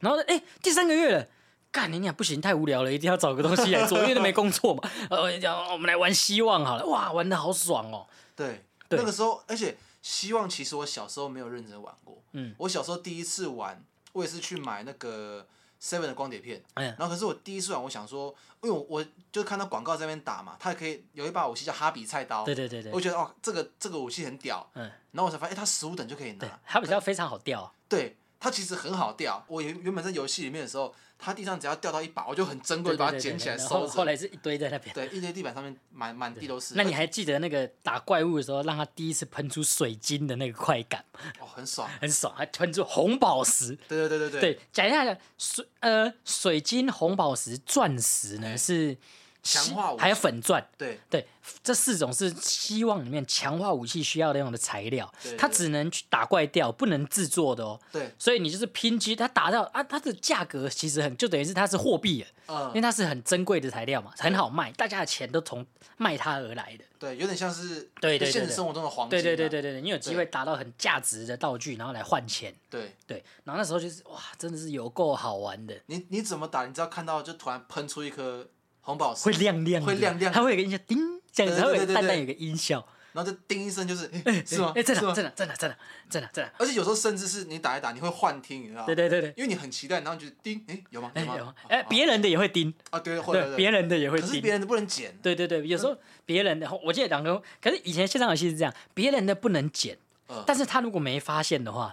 然后呢，哎，第三个月了。干你俩不行，太无聊了，一定要找个东西来 做，因为都没工作嘛。呃，我就讲我们来玩希望好了，哇，玩的好爽哦。
对，
对
那个时候，而且希望其实我小时候没有认真玩过。
嗯，
我小时候第一次玩，我也是去买那个 Seven 的光碟片。
哎呀
然后可是我第一次玩，我想说，因为我我就看到广告在那边打嘛，它可以有一把武器叫哈比菜刀。
对对对对
我，觉得哦哦，这个这个武器很屌。
嗯
然后我才发现，哎、它十五等就可以
对
拿。，
它比较非常好钓啊、
对，它其实很好掉。我原原本在游戏里面的时候，它地上只要掉到一把，我就很珍贵
对
地把
对
它
对
捡起来
对，然
收
后后
着。
来是一堆在那边。
对，一堆地板上面满满地都是。
那你还记得那个打怪物的时候，让他第一次喷出水晶的那个快感，
哦，很爽。
很爽，还喷出红宝石。
对对对对对，
对，讲一下水呃水晶、红宝石、钻石呢是
哎强
希
化武
还有
器
粉钻。
对
对，这四种是希望里面强化武器需要那种的材料
对，
它
对
只能去打怪掉，不能制作的哦。
对，
所以你就是拼机，它打到啊，它的价格其实很，就等于是它是货币了，因为
嗯，
它是很珍贵的材料嘛，很好卖，大家的钱都从卖它而来的。
对，有点像是
对对对
现实
对
生活中的黄金
对
啊。
对对对对对，你有机
对
会达到很价值的道具，然后来换钱。
对，
对，然后那时候就是哇，真的是有够好玩的，
你你怎么打？你只要看到就突然喷出一颗红宝石
会，亮亮的，
会亮亮的
它会有一个音效，叮，这样子，
对
它会
对
有
对
淡淡
对
有个音效，
然后就叮一声，就是诶 是吗？
哎，在
是
哪？
吗
在？哪？在哪？在哪？在哪？在哪？
而且有时候甚至是你打一打，你会幻听，你知道吗？
对对对对，
因为你很期待，然后你就叮，诶，有吗？
哎
吗？
有
啊，
哎，别人的也会盯，
啊，对，或者
对，别人的也会
可是
盯
别。人不嗯能捡，
对对对，有时候别人的，哦我记得两个，可是以前线上游戏是这样，别人的不能捡，
嗯
但是他如果没发现的话，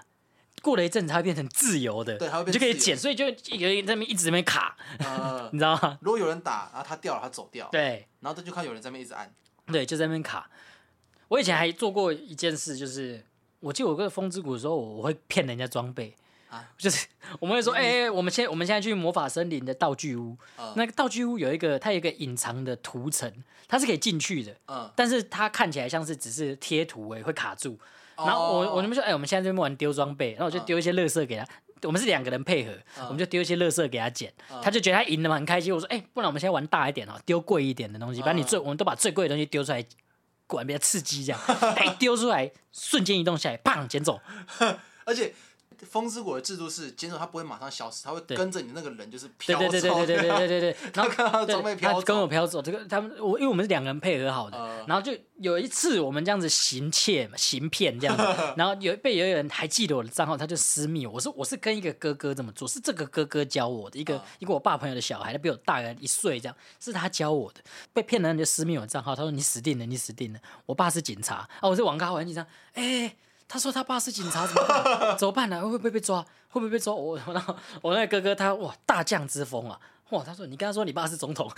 过了一阵子他会变成自由的，
对它会
你
变
就可以
自由
捡，所以就有人在那边一直在那边卡，
呃，
你知道吗？
如果有人打，然后他掉了，他走掉，
对
然后他就看有人在那边一直按，
对，就在那边卡。我以前还做过一件事，就是我记得我跟风之谷的时候，我会骗人家装备。
啊
就是我们会说，
你
哎、欸我们现我们现在去魔法森林的道具屋，
嗯
那个道具屋有一个它有一个隐藏的图层，它是可以进去的，
嗯，
但是它看起来像是只是贴图哎、会卡住。然后我、
哦
我那边说，哎、我们现在这边玩丢装备，然后我就
嗯
丢一些垃圾给他。我们是两个人配合，
嗯
我们就丢一些垃圾给他捡，
嗯
他就觉得他赢了嘛，很开心。我说，哎、不然我们现在玩大一点哦，丢贵一点的
嗯
东西，把你最、我们都把最贵的东西丢出来，管比较刺激 这样。他一丢出来，瞬间移动下来，砰捡走。
而且风之谷的制度是捡走，它不会马上消失，它会跟着你那个人就是
对
飘
对
走，
对对对对对对对，然后
看到他
对
装备
他
飘
跟我
走，
飘走，这个他们我因为我们是两个人配合好的，
呃
然后就有一次我们这样子行窃嘛，行骗这 样子，然后有被有一个人还记得我的账号，他就私密我，我是我是跟一个哥哥这么做，是这个哥哥教我的，一个、
啊
一个我爸朋友的小孩，他比我大个一岁，这样是他教我的，被骗的人就私密我的账号，他说你死定了，你死定了，我爸是警察啊，我是网咖，我很紧张，哎、他说他爸是警察，怎么办？怎 么办呢、会不会被抓？会不会被抓？我我那我那个哥哥他哇大将之风啊！哇，他说你跟他说你爸是总统，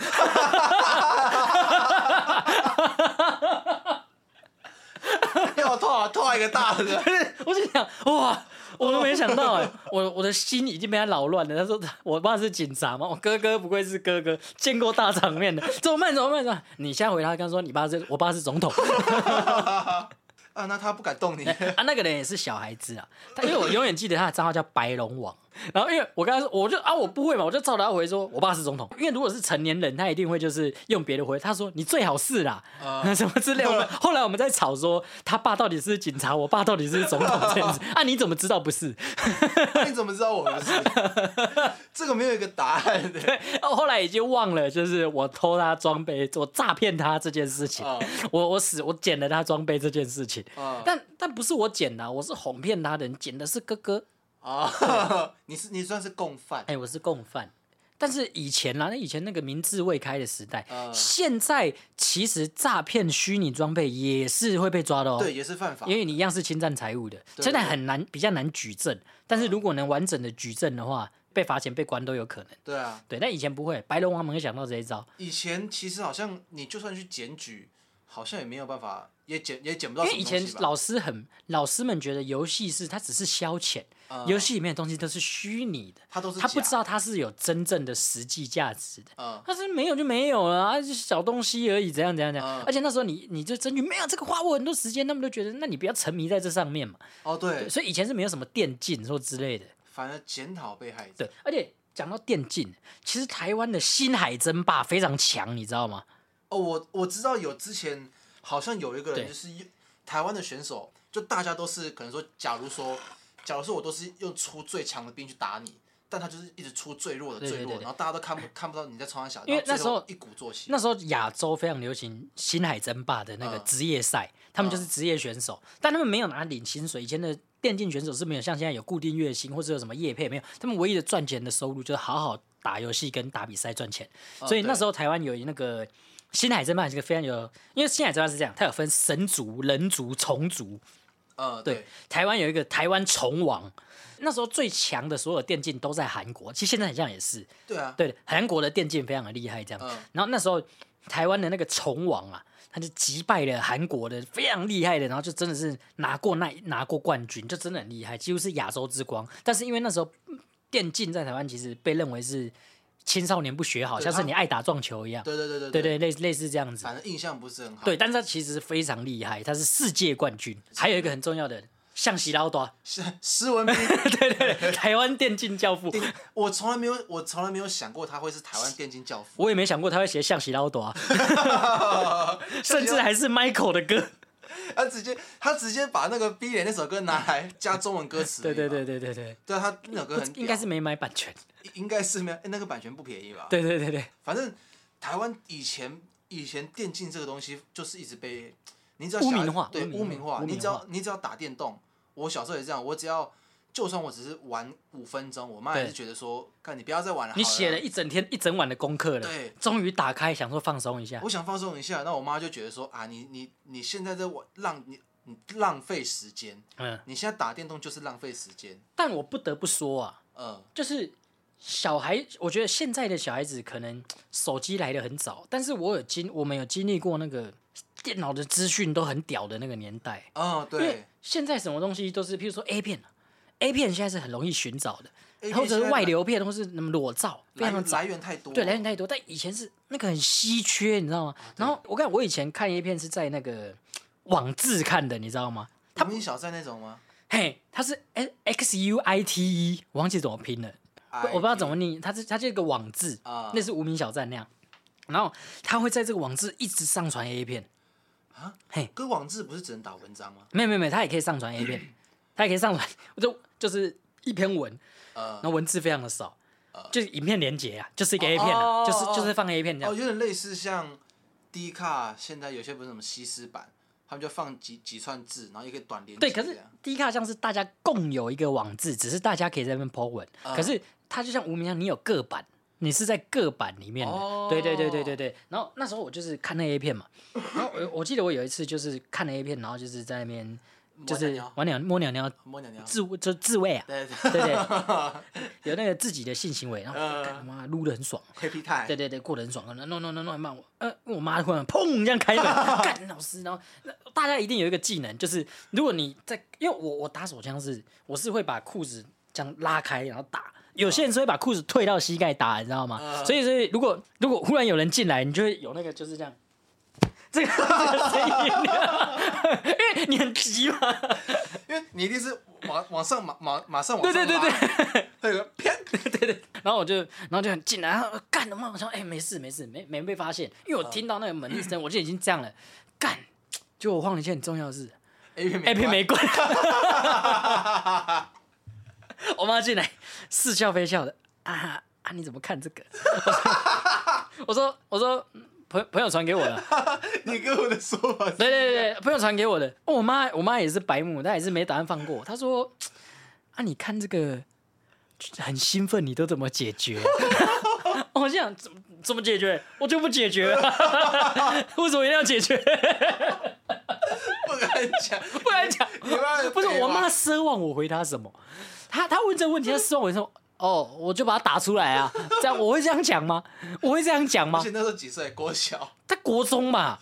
要套套一个大的，
我就想哇，我都没想到哎、我我的心已经被他扰乱了。他说我爸是警察嘛，我哥哥不愧是哥哥，见过大场面的，怎么办？怎么办？怎么办？你现在回他，刚说你爸是我爸是总统
啊，那他不敢动你，
啊，那个人也是小孩子啊，他因为我永远记得他的账号叫白龙王。然后因为我跟他说，我就啊我不会嘛，我就照他回说，我爸是总统。因为如果是成年人，他一定会就是用别的回，他说你最好是啦，
呃
什么之类。我们后来我们在吵说，他爸到底是警察，我爸到底是总统这样子啊？你怎么知道不是？
那你怎么知道我不是？这个没有一个答案的，
哦，后来已经忘了，就是我偷他装备，我诈骗他这件事情，
啊
我我死我捡了他装备这件事情，
啊
但但不是我捡的啊、我是哄骗他的，捡的是哥哥，
啊，你是你算是共犯
哎、我是共犯。但是以前啦，那以前那个明智未开的时代，
嗯
现在其实诈骗虚拟装备也是会被抓的哦。
对，也是犯法，
因为你一样是侵占财物的，
对
现在
对嗯
很难，比较难举证。但是如果能完整的举证的话，被罚钱、被关都有可能。
对啊。
对，但以前不会，白龙王们会想到这一招，
以前其实好像你就算去检举，好像也没有办法，也检也检不到
因
什
为
么
以
东西吧。
前老师很，老师们觉得游戏是它只是消遣，
嗯
游戏里面的东西都是虚拟的，
他都是
他不
假
知，道它是有真正的实际价值的。
嗯
但是没有就没有了啊，就是小东西而已，怎样怎样怎样。
嗯
而且那时候你你就争取没有这个花我很多时间，他们都觉得那你不要沉迷在这上面嘛。
哦
对，
对，
所以以前是没有什么电竞说之类的。
反而检讨被害者。
对，而且讲到电竞，其实台湾的星海争霸非常强，你知道吗？
哦，我我知道有之前好像有一个人
对
就是用台湾的选手，就大家都是可能说，假如说，假如说我都是用出最强的兵去打你。但他就是一直出最弱的
对对
最弱
对
的，然后大家都看不看不到你在冲他小，
因为
然后最
那时候
后一鼓作气，
那时候亚洲非常流行星海争霸的那个
嗯
职业赛，他们就是职业选手，但他们没有拿领薪水。以前的电竞选手是没有像现在有固定月薪或者有什么业配，没有。他们唯一的赚钱的收入就是好好打游戏跟打比赛赚钱。
嗯
所以那
对
时候台湾有那个星海争霸是个非常有，因为星海争霸是这样，它有分神族、人族、虫族。
呃，
对，台湾有一个台湾虫王，那时候最强的所有电竞都在韩国，其实现在好像也是，
对啊，
对，韩国的电竞非常的厉害，这样。
嗯
然后那时候台湾的那个虫王啊，他就击败了韩国的非常厉害的，然后就真的是拿过那拿过冠军，就真的很厉害，几乎是亚洲之光。但是因为那时候嗯电竞在台湾其实被认为是青少年不学好，
对
像是
他
你爱打撞球一样，
对对对对
对对，类类似这样子。
反正印象不是很好。
对，但是他其实非常厉害，他是世界冠军。还有一个很重要的，象棋老 大，
是，施文 斌，
对对对，台湾电竞教父。
我从来没有，我从来没有想过他会是台湾电竞教父，
我也没想过他会写象棋老 大， 啊甚至还是 Michael 的歌。
他直接他直接把那个 B 脸那首歌拿来加中文歌词。
对对对，对对对，
对啊他那首歌很屌
应该是没买版权。
应该是没有，哎那个版权不便宜吧？
对对对对，
反正台湾以前以前电竞这个东西就是一直被你只要
污
小孩
名化
对
污名
污名化
化，
你只
污名
要你只要打电动，我小时候也这样，我只要就算我只是玩五分钟，我妈也
对
是觉得说，看你不要再玩了，
你
好
写了一整天一整晚的功课了
对，
终于打开想说放松一下。
我想放松一下，那我妈就觉得说啊，你你你现在在玩浪你你浪费时间，
嗯，
你现在打电动就是浪费时间，
但我不得不说啊，
嗯，
就是小孩，我觉得现在的小孩子可能手机来的很早，但是我有经我们有经历过那个电脑的资讯都很屌的那个年代。
哦
因为
对，
现在什么东西都是，譬如说 A 片、啊、，A 片现在是很容易寻找的，
片
或者
现
是
在
外
来
流片，或是那么裸照，非
来
常的
源
早
来。源太多，啊
对，来源太多，但以前是那个很稀缺，你知道吗？然后我看我以前看 A 片是在那个网志看的，你知道吗？
无名小站那种吗？
嘿，它是 X X U I T E，我忘记怎么拼了，不我不知道怎么念，它是它就一个网志，
啊
类似无名小站那样。然后他会在这个网志一直上传 A 片，
啊，
嘿，
跟网志不是只能打文章吗？
没有没有没有，他也可以上传 A 片，他也可以上传，就就是一篇文，
呃
然，后文字非常的少，就是影片连接啊，就是一个
哦
A 片啊，
哦
就是
哦
就是放 A 片这
哦，
样，
有点类似像 D 卡，现在有些不是什么西施版，他们就放几几串字，然后一个短连接
对，
这
可
样。
是 D 卡像是大家共有一个网志，只是大家可以在那边 po 文，
嗯
可是它就像无名一样，你有个版，你是在个版里面的，
哦
对对对对对对。然后那时候我就是看那 A 片嘛，然后我我记得我有一次就是看了 A 片，然后就是在那边就
摸
是
鸟鸟
玩鸟摸鸟鸟
摸鸟鸟，
自就自慰啊，
对
对对， 有那个自己的性行为，然后
嗯
干他妈撸的很爽。
，Happy Time，
对对对，过得很爽。no no no no no，骂我，呃，我妈突然砰这样 开门，干老师，然后那大家一定有一个技能，就是如果你在，因为我我打手枪是我是会把裤子这样拉开然后打。有些人是会把裤子退到膝盖打，你知道吗？
嗯
所以，所以如果如果忽然有人进来，你就会有那个就是这样，这个这个声音， 因为你很急嘛。
因为你一定是往往上马马马上往
对
上
对对对，
对，那个啪，
然后我就，然后就很进来，然后干的嘛，我说哎、没事没事，没没被发现，因为我听到那个门一声，我就已经这样了，干，就我忘了一件很重要的事
A 片
，A 片
关
没关，我妈进来似笑非笑的，啊啊你怎么看这个？我说我说嗯朋朋友传给我的，
你跟我的说法是，
对对 对，对朋友传给我的，哦我妈我妈也是白目，她也是没打算放过，她说啊你看这个很兴奋，你都怎么解决？ 我心想怎么怎么解决？我就不解决， 为什么一定要解决？
不敢讲，
不然讲
你妈 的
不是
废话
我妈奢望我回她什么？她她问这个问题，她希望我说哦，我就把它打出来啊，这样我会这样讲吗？我会这样讲吗
而且？那时候几岁？国小，
在国中嘛，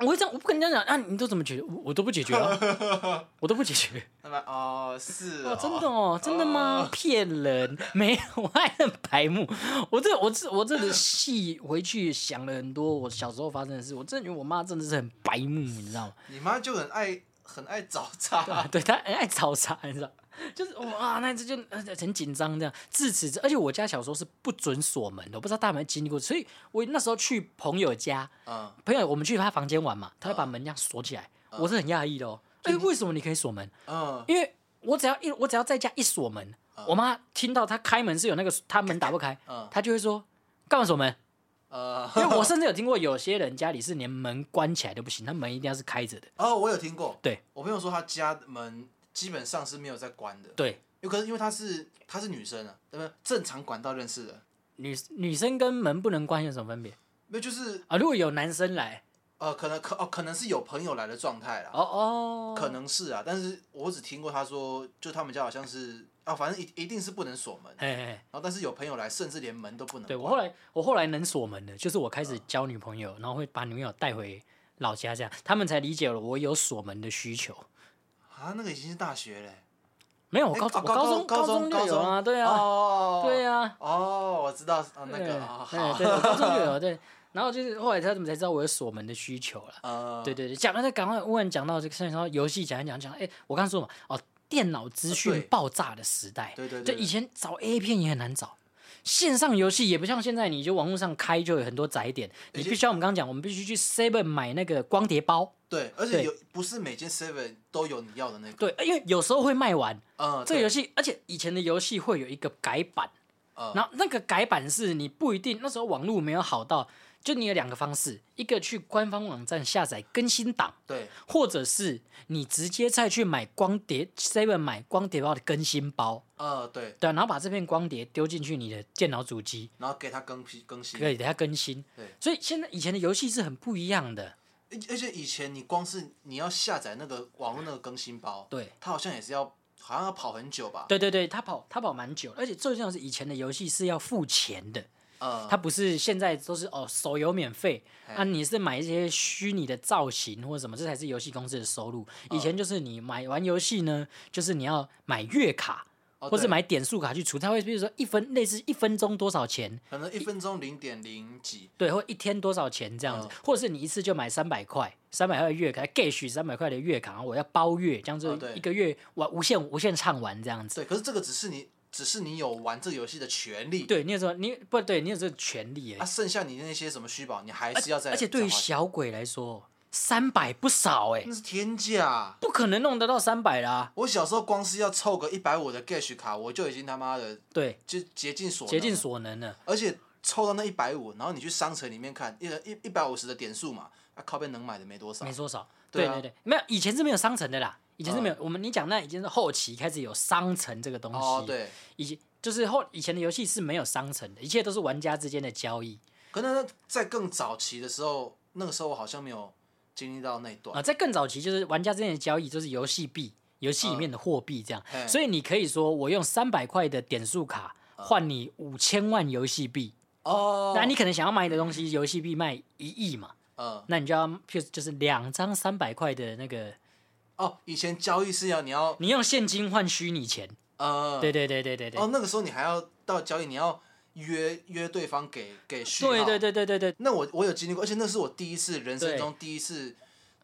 我会这样，我不跟人家讲啊，你都怎么解决？我我都不解决啊，我都不解决。
那么哦是
哦，真的哦，真的吗？骗人，没有，我还很白目。我这我这我这里细回去想了很多我小时候发生的事，我真的觉得我妈真的是很白目，你知道吗？
你妈就很爱很爱找
对
茬
啊，， 对她很爱吵杂，你知道。 就是哇，那一次就呃很紧张这样。自此之，而且我家小时候是不准锁门的，我不知道大家有没有经历过。所以我那时候去朋友家，
嗯，
朋友我们去他房间玩嘛，他会把门这样锁起来，我是很讶异的哦。哎、为什么嗯你可以锁门？
嗯，
因为我只要一我只要在家一锁门，我妈听到她开门是有那个她门打不开，
嗯
她就会说干嘛锁门？
呃，
因为我甚至有听过有些人家里是连门关起来都不行，他门一定要是开着的。
哦，我有听过，
对，
我朋友说他家门基本上是没有在关的，
对，
有可是因为她是她是女生啊，对不对？正常管道认识的，
女女生跟门不能关有什么分别
没有就是
啊？如果有男生来，
呃，可能可哦，可能是有朋友来的状态啦，
哦哦，
啊可能是啊，但是我只听过他说，就他们家好像是啊，反正一一定是不能锁门，
嘿嘿嘿，
然后但是有朋友来，甚至连门都不能关。
对我后来我后来能锁门的，就是我开始交女朋友，然后会把女朋友带回老家，这样他们才理解了我有锁门的需求。
啊，那个已经是大学嘞、
没有，我
哎
高
高
我高中
高
中
中
就有啊，对啊，
哦，
对啊，
哦，我知道，哦，那个，
对
哦
对
好，
对，我高中就有 对。然后就是后来他们才知道我有锁门的需求了。
呃，
对对对，讲到这，赶快忽然讲到这个，像你说游戏讲一讲讲，哎，我刚说嘛，哦，电脑资
啊
讯
对
爆炸的时代，
呃对对
就
对，
以前找 A 片也很难找，线上游戏也不像现在，你就网络上开就有很多窄点，你
而且
必须要我们刚刚讲，我们必须去 Seven 买那个光碟包，
对，而
对
且有不是每间 Seven 都有你要的那个，
对，因为有时候会卖完
嗯，
这个
对
游，戏，而且以前的游戏会有一个改版，
嗯
然后那个改版是你不一定那时候网络没有好到，就你有两个方式，一个去官方网站下载更新档，
对，
或者是你直接再去买光碟 Seven 买光碟包的更新包，
呃，对，
对啊、然后把这片光碟丢进去你的电脑主机，
然后给它更新更新，
可以等它更新
对。
所以现在以前的游戏是很不一样的，
而而且以前你光是你要下载那个网络那个更新包，
对。
它好像也是要，好像要跑很久吧，
对对对，他跑他跑蛮久的，而且最重要的是以前的游戏是要付钱的，
呃，
它不是现在都是哦手游免费
嘿
啊，你是买一些虚拟的造型或者什么，这才是游戏公司的收入。以
嗯
前就是你买玩游戏呢，就是你要买月卡
哦
或者
对
买点数卡去除，它会比如说一分类似一分钟多少钱，
可能一分钟零点零几，
对，或一天多少钱这
嗯
样子，或者是你一次就买三百块，三百块的月卡，gage 三百块的月卡，我要包月，这样
哦
子
对
一个月玩无限无限畅玩这样子。
对，可是这个只是你，只是你有玩这个游戏的权利，
对，你有什么？你不对，你有这个权利
啊，
哎、
剩下你那些什么虚宝，你还是要
而
再，
而且对于
再花钱
小鬼来说，三百不少哎、
那是天价。
不可能弄得到三百啦。
我小时候光是要凑个一百五的 Gash 卡，我就已经他妈的
对，
就竭尽所能啊
竭
了
尽，所能啊了。
而且凑到那一百五，然后你去商城里面看，一人一一百五十的点数嘛，啊靠边能买的没多少
没，多少。
对
对
啊嗯
对对，没有以前是没有商城的啦，以前是没有。我们你讲那已经是后期开始有商城这个东西。
哦对，
以前就是后以前的游戏是没有商城的，一切都是玩家之间的交易
可能在更早期的时候，那个时候我好像没有经历到那一
啊、
段，
在更早期就是玩家之间的交易就是游戏币，游戏里面的货币这样。
嘿
所以你可以说我用三百块的点数卡换你五千万游戏币，
嗯哦，
那你可能想要买的东西游戏币卖一亿嘛，
嗯
那你就要譬如就是两张三百块的那个，
哦，以前交易是要你要
你用现金换虚拟钱。
呃，
对对对对对对。
哦那个时候你还要到交易，你要约约对方给给序号，
对对对对对对
那我我有经历过，而且那是我第一次人生
对
中第一次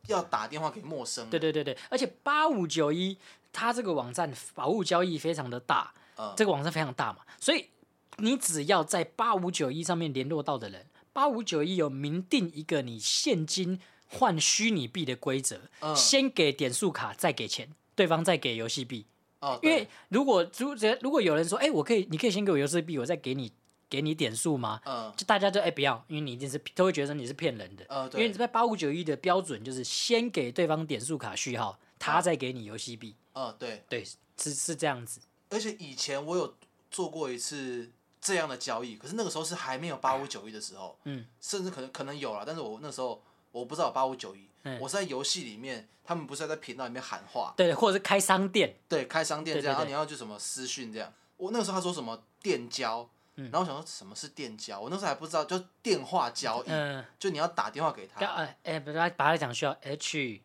要打电话给陌生人。
对对对对，而且八五九一它这个网站法务交易非常的大，
嗯
这个网站非常大嘛，所以你只要在八五九一上面联络到的人，八五九一有明定一个你现金换虚拟币的规则，
嗯
先给点数卡，再给钱，对方再给游戏币，
哦，
因
对
为如果如如果有人说，哎、我可以，你可以先给我游戏币，我再给你给你点数吗？
嗯
就大家就哎、不要，因为你一定是都会觉得你是骗人的，
呃
因为
对
你在八五九一的标准就是先给对方点数卡序号，他再给你游戏币，
呃对，
对，是是这样子。
而且以前我有做过一次这样的交易，可是那个时候是还没有八五九一的时候，
嗯，
甚至可能可能有了，但是我那时候我不知道八五九一
嗯，
我是在游戏里面，他们不是在频道里面喊话，
对，或者是开商店，
对，开商店这
对对对
样，然后你要就什么私讯这样，我那个时候他说什么电交。
嗯
然后我想说什么是电交，我那时候还不知道，就电话交易，
嗯、
就你要打电话给他
不，要哎哎，不要把它讲需要 H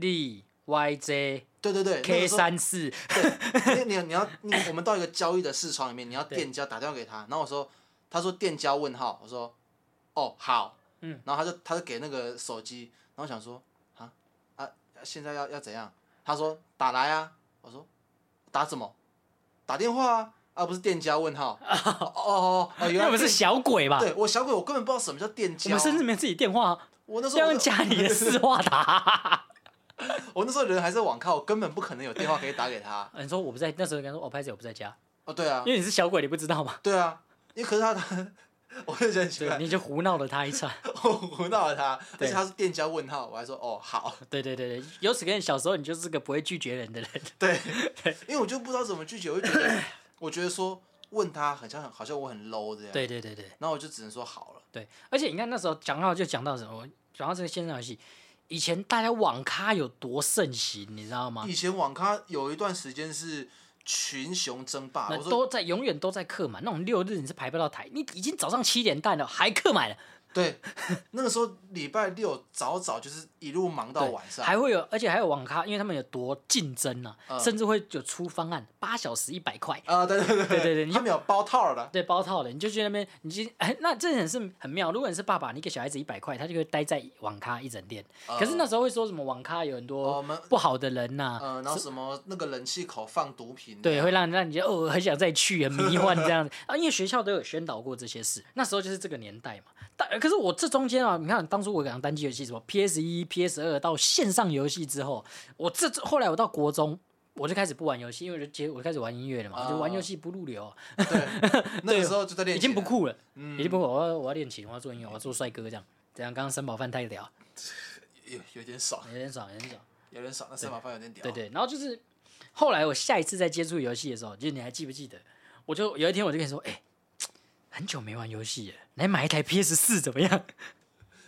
D Y J
对对对，那
K
个时候
三四，
对，你你你要你我们到一个交易的视窗里面，你要
对
店家打电话给他，然后我说，他说店家问号，我说，哦好，
嗯，
然后他就他就给那个手机，然后我想说啊啊现在要要怎样？他说打来啊，我说打什么？打电话啊，啊不是店家 问号，哦哦哦哦，原
那
来
不是
店
小鬼吧？
对我小鬼，我根本不知道什么叫店
我
家
们，甚至没有自己电话，啊
我那时候
要
我
用家里的啊四话打。
我那时候人还在网咖，我根本不可能有电话可以打给他，
你说我不在，那时候跟他说哦，拍子我不在家，
哦对啊
因为你是小鬼，你不知道嘛，
对啊，因为可是他他，我就觉得很奇怪
对，。你就胡闹了他一场。
我胡闹了他，而
对
且他是店家问号，我还说哦好，
对对对对，由此可见，小时候你就是个不会拒绝人的人。
对，因为我就不知道怎么拒绝，我就觉得我觉得说问他很像好像我很 low 这样，
对对对对
然后我就只能说好了，
对，而且你看那时候讲到就讲到什么，讲到这个线上游戏，以前大家网咖有多盛行，你知道吗？
以前网咖有一段时间是群雄争霸，
那
啊我说
都在永远都在客满，那种六日你是排不到台，你已经早上七点半了还客满了，
对，那个时候礼拜六早早就是一路忙到
对
晚上，
还会有，而且还有网咖，因为他们有多竞争啊，
啊嗯
甚至会有出方案，八小时一百块，
啊，对对对
对对对你就
他们有包套的，
对，包套的，你就去那边，你就哎，那这点是很妙。如果你是爸爸，你给小孩子一百块，他就会待在网咖一整天。可是那时候会说什么网咖有很
呃哦
多
我们
不好的人呐、
呃，然后什么那个冷气口放毒品，
对，，会让让你觉得哦，很想再去，很迷幻这样子啊。因为学校都有宣导过这些事，那时候就是这个年代嘛。但呃可是我这中间啊，你看当初我讲单机游戏什么 PS 一、PS 二到线上游戏之后，我这后来我到国中。我就开始不玩游戏，因为我就接我就开始玩音乐了嘛，我就
哦
玩游戏不入流，
那个时候就在练
已
琴
经不
了，
酷了，已经不酷了。我要我要练琴，我要做音乐，我要做帅哥这样。这样刚刚三宝饭太屌，
有有点爽，
有哎点爽，有点爽。
有点爽，那三马饭有点屌，
对对，然后就是后来我下一次再接触游戏的时候，就是你还记不记得？我就有一天我就跟你说，哎、很久没玩游戏了，来买一台 PS 四怎么样？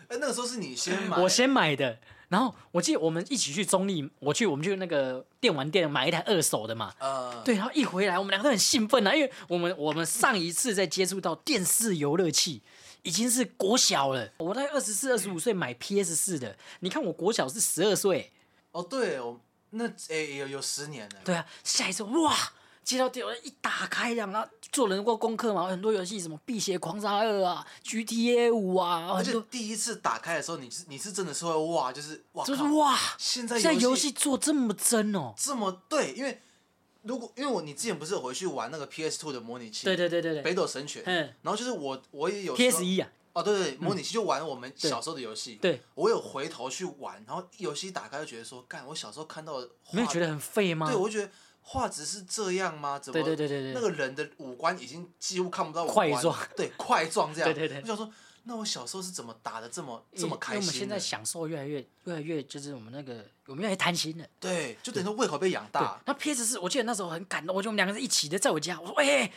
哎，那个时候是你先买，
我先买的。然后我记得我们一起去中立，我去我们去那个电玩店买一台二手的嘛。
呃，
对，然后一回来，我们两个都很兴奋啊，因为我们我们上一次在接触到电视游乐器已经是国小了，我在二十四、二十五岁买 PS 四的，你看我国小是十二岁，
哦对，我那哎有有十年了，
对啊，下一次哇，接到电话一打开这样，然后做人过功课嘛，很多游戏什么《辟邪狂杀二》啊，《GTA 五》啊，
而
很
且
多
第一次打开的时候，你是你是真的是会哇，就是哇
就是
靠，
哇，
现在
现在游
游
戏做这么真哦。
这么对，因为如果因为我你之前不是有回去玩那个 PS Two 的模拟器，
对对对对对
北斗神拳，
嗯
然后就是我我也有时候
，PS 一啊，
哦，对对对，模拟器就玩我们小时候的游戏。
对，
我有回头去玩，然后游戏打开就觉得说，干，我小时候看到的画，
没有觉得很废吗
对，？我就觉得画质是这样吗？怎么？
对对对对对
那个人的五官已经几乎看不到五
块
官，
状，
对，块状这样。
对对对嗯
我想说，那我小时候是怎么打的这么
因为
这么开
因为我
心的？
们现在享受越来越越来越，就是我们那个我们越来越贪心了。
对，就等于说胃口被养大。
那 PS 四，我记得那时候很感动，我觉得我们两个人一起的，在我家，我说哎、欸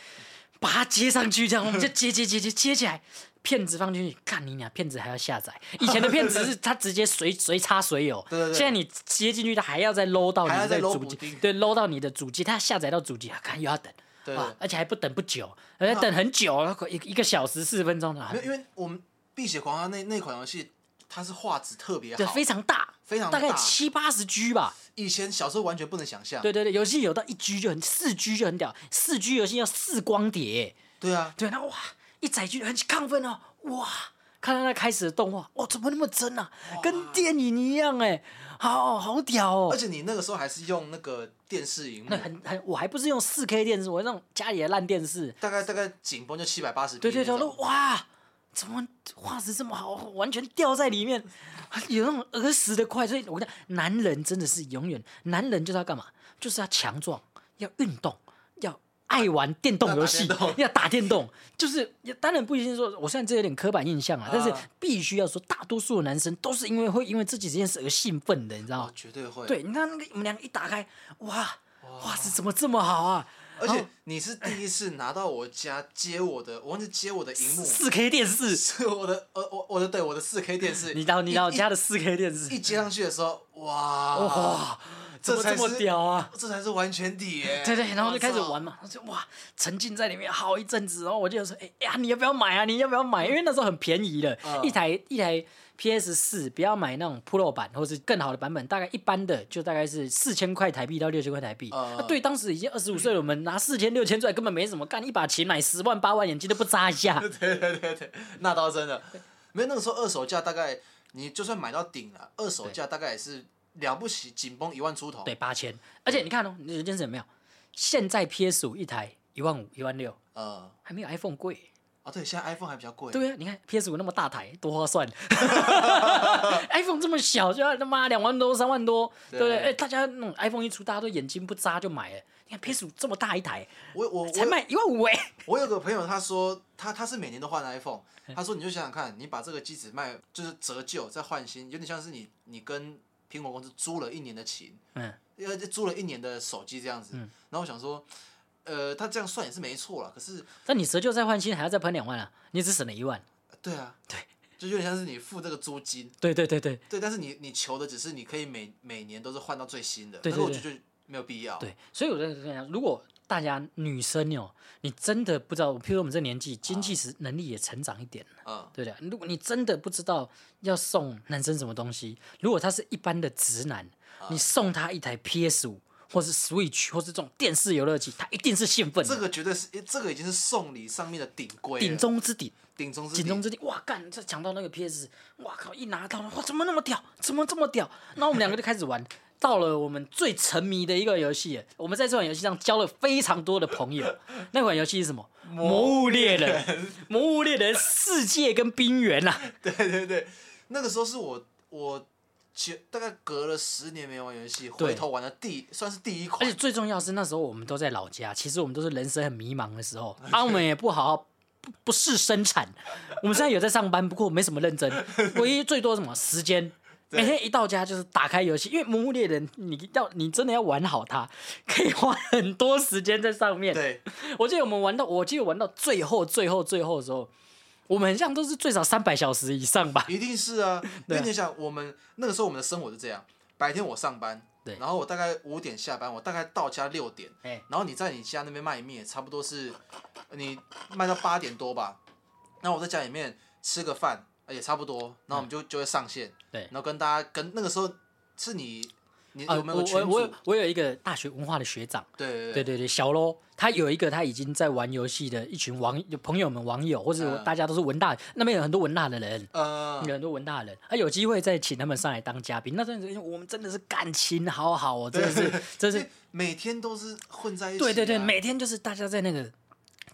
把它接上去，这样我们就接接接接接起来，片子放进去，看你俩片子还要下载，以前的片子是 它直接随随插随有，
对对对
现在你接进去，它还要再 load 到你
还要再
的
load
主
补
机
丁，
对，load 到你的主机，它下载到主机，啊看又要等，
对啊
哇，而且还不等不久，而且等很久，然后一一个小时四十分钟的，
没有，因为我们《碧血狂杀》啊那那款游戏，它是画质特别
对，
好
非，常大，
非常
大概
大
七八十 G 吧，
以前小时候完全不能想象。
对对对，游戏有到一 G 就很，四 G 就很屌，四 G 游戏要四光碟、
对啊，
对，然后哇，一载具很亢奋哦，哇，看到那开始的动画，哇，怎么那么真啊？跟电影一样哎，好好屌
而
哦。
且你那个时候还是用那个电视荧幕
那，很很，我还不是用四 K 电视，我是那种家里的烂电视。
大概大概紧绷就七百八十。
对对对，我说哇，怎么画质这么好，完全掉在里面， 有那种儿时的快。所以我跟你讲，男人真的是永远，男人就是要干嘛？就是要强壮，要运动，要。爱玩电动游戏
要打电动，
要打电动，就是也当然不一定说，我虽然这有点刻板印象啊，但是
啊
必须要说，大多数的男生都是因为会因为这几件事而兴奋的，你知道吗
哦，？绝对会。，
对，你看那个我们两个一打开，哇，画质怎么这么好啊？
而且你是第一次拿到我家接我的，我忘记接我的荧幕，
四 K 电视，
是我的呃我我的对我的四 K 电 视，
你到你到
一
家的四 K 电视
一，接上去的时候，哇
哇，怎么
这才
啊这
是
么屌啊！
这才是完全体耶。
对对，然后就开始
我操
玩。嘛，他就哇，沉浸在里面好一阵子，然后我就说，哎、呀，你要不要买啊？你要不要买？因为那时候很便宜的，
嗯
一台一台 PS 四，不要买那种 Pro 版或是更好的版本，大概一般的就大概是四千块台币到六千块台币。那、
嗯嗯
对当时已经二十五岁了，我们拿四千六千出来根本没什么干，一把琴买十万八万，眼睛都不眨一 下。
对对对对，那倒真的，没有那个时候二手价大概你就算买到顶了，二手价大概也是了不起，紧绷一万出头。
对，八千。而且你看哦，你这件事有没有？现在 PS 五一台一万五、一万六，
呃，
还没有 iPhone 贵。
哦对，现在 iPhone 还比较贵。
对啊，你看 PS 五那么大台，多划算。iPhone 这么小，就要他妈两万多、三万多，对
对
不对？哎，大家那种 iPhone 一出，大家都眼睛不眨就买了。你看 PS 五这么大一台，
我我我
才卖一万五哎，
我有个朋友，他说他他是每年都换 iPhone，他说你就想想看，你把这个机子卖就是折旧再换新，有点像是你你跟苹果公司租了一年的琴，
嗯，
呃租了一年的手机这样子。然后我想说，呃，他这样算也是没错了，可是
那你折旧再换新还要再喷两万啊，你只省了一万。
对啊，对， 就有点像是你付这个租金，
对对对对
对，但是你你求的只是你可以每每年都是换到最新的，
对
但是我
对
觉得就没有必要。
对，所以我在跟你讲，如果大家女生哦，你真的不知道，譬如我们这年纪，经济实能力也成长一点了，
嗯，
对不对？如果你真的不知道要送男生什么东西，如果他是一般的直男，你送他一台 PS 五或是 Switch 或是这种电视游乐器，他一定是兴奋的，
这个绝对是这个已经是送礼上面的顶规了，
顶中之顶。
顶中之
紧中之地，哇干！这讲到那个 PS，哇靠！一拿到了，哇，怎么那么屌？怎么这么屌？然后我们两个就开始玩，到了我们最沉迷的一个游戏，我们在这款游戏上交了非常多的朋友。那款游戏是什么？魔物猎人，魔物猎人世界跟冰原呐、啊，
对对对，那个时候是我我前大概隔了十年没玩游戏，
对
回头玩的第算是第一
而且
款，
最重要是那时候我们都在老家，其实我们都是人生很迷茫的时 候，啊，我们也不好好。不不是生产，我们现在有在上班，不过没什么认 真，唯一最多什么时间。
对
每天一到家就是打开游戏，因为《魔物猎人》，你要你真的要玩好它， 可以花很多时间在上面。
对
我记得我们玩到，我记得玩到最后、最后、最后的时候，我们很像都是最少三百小时以上吧。
一定是啊。
对
那你想，我们那个时候我们的生活是这样：白天我上班，
对
然后我大概五点下班，我大概到家六点，
哎
然后你在你家那边卖面，差不多是你卖到八点多吧。然后我在家里面吃个饭，呃也差不多，然后我们就就会上线，
对
然后跟大家跟那个时候是你你
啊，
有
我
没有群
我
组？
我有我有一个大学文化的学长，
对对
对
对
对对，小喽，他有一个他已经在玩游戏的一群网有朋友们、网友，或者
嗯
大家都是文大，那边有很多文大的人，
呃
有很多文大人，啊，有机会再请他们上来当嘉宾。那段时间我们真的是感情好好哦，真的是，真
因
是
为，每天都是混在一起、啊。
对对对，每天就是大家在那个。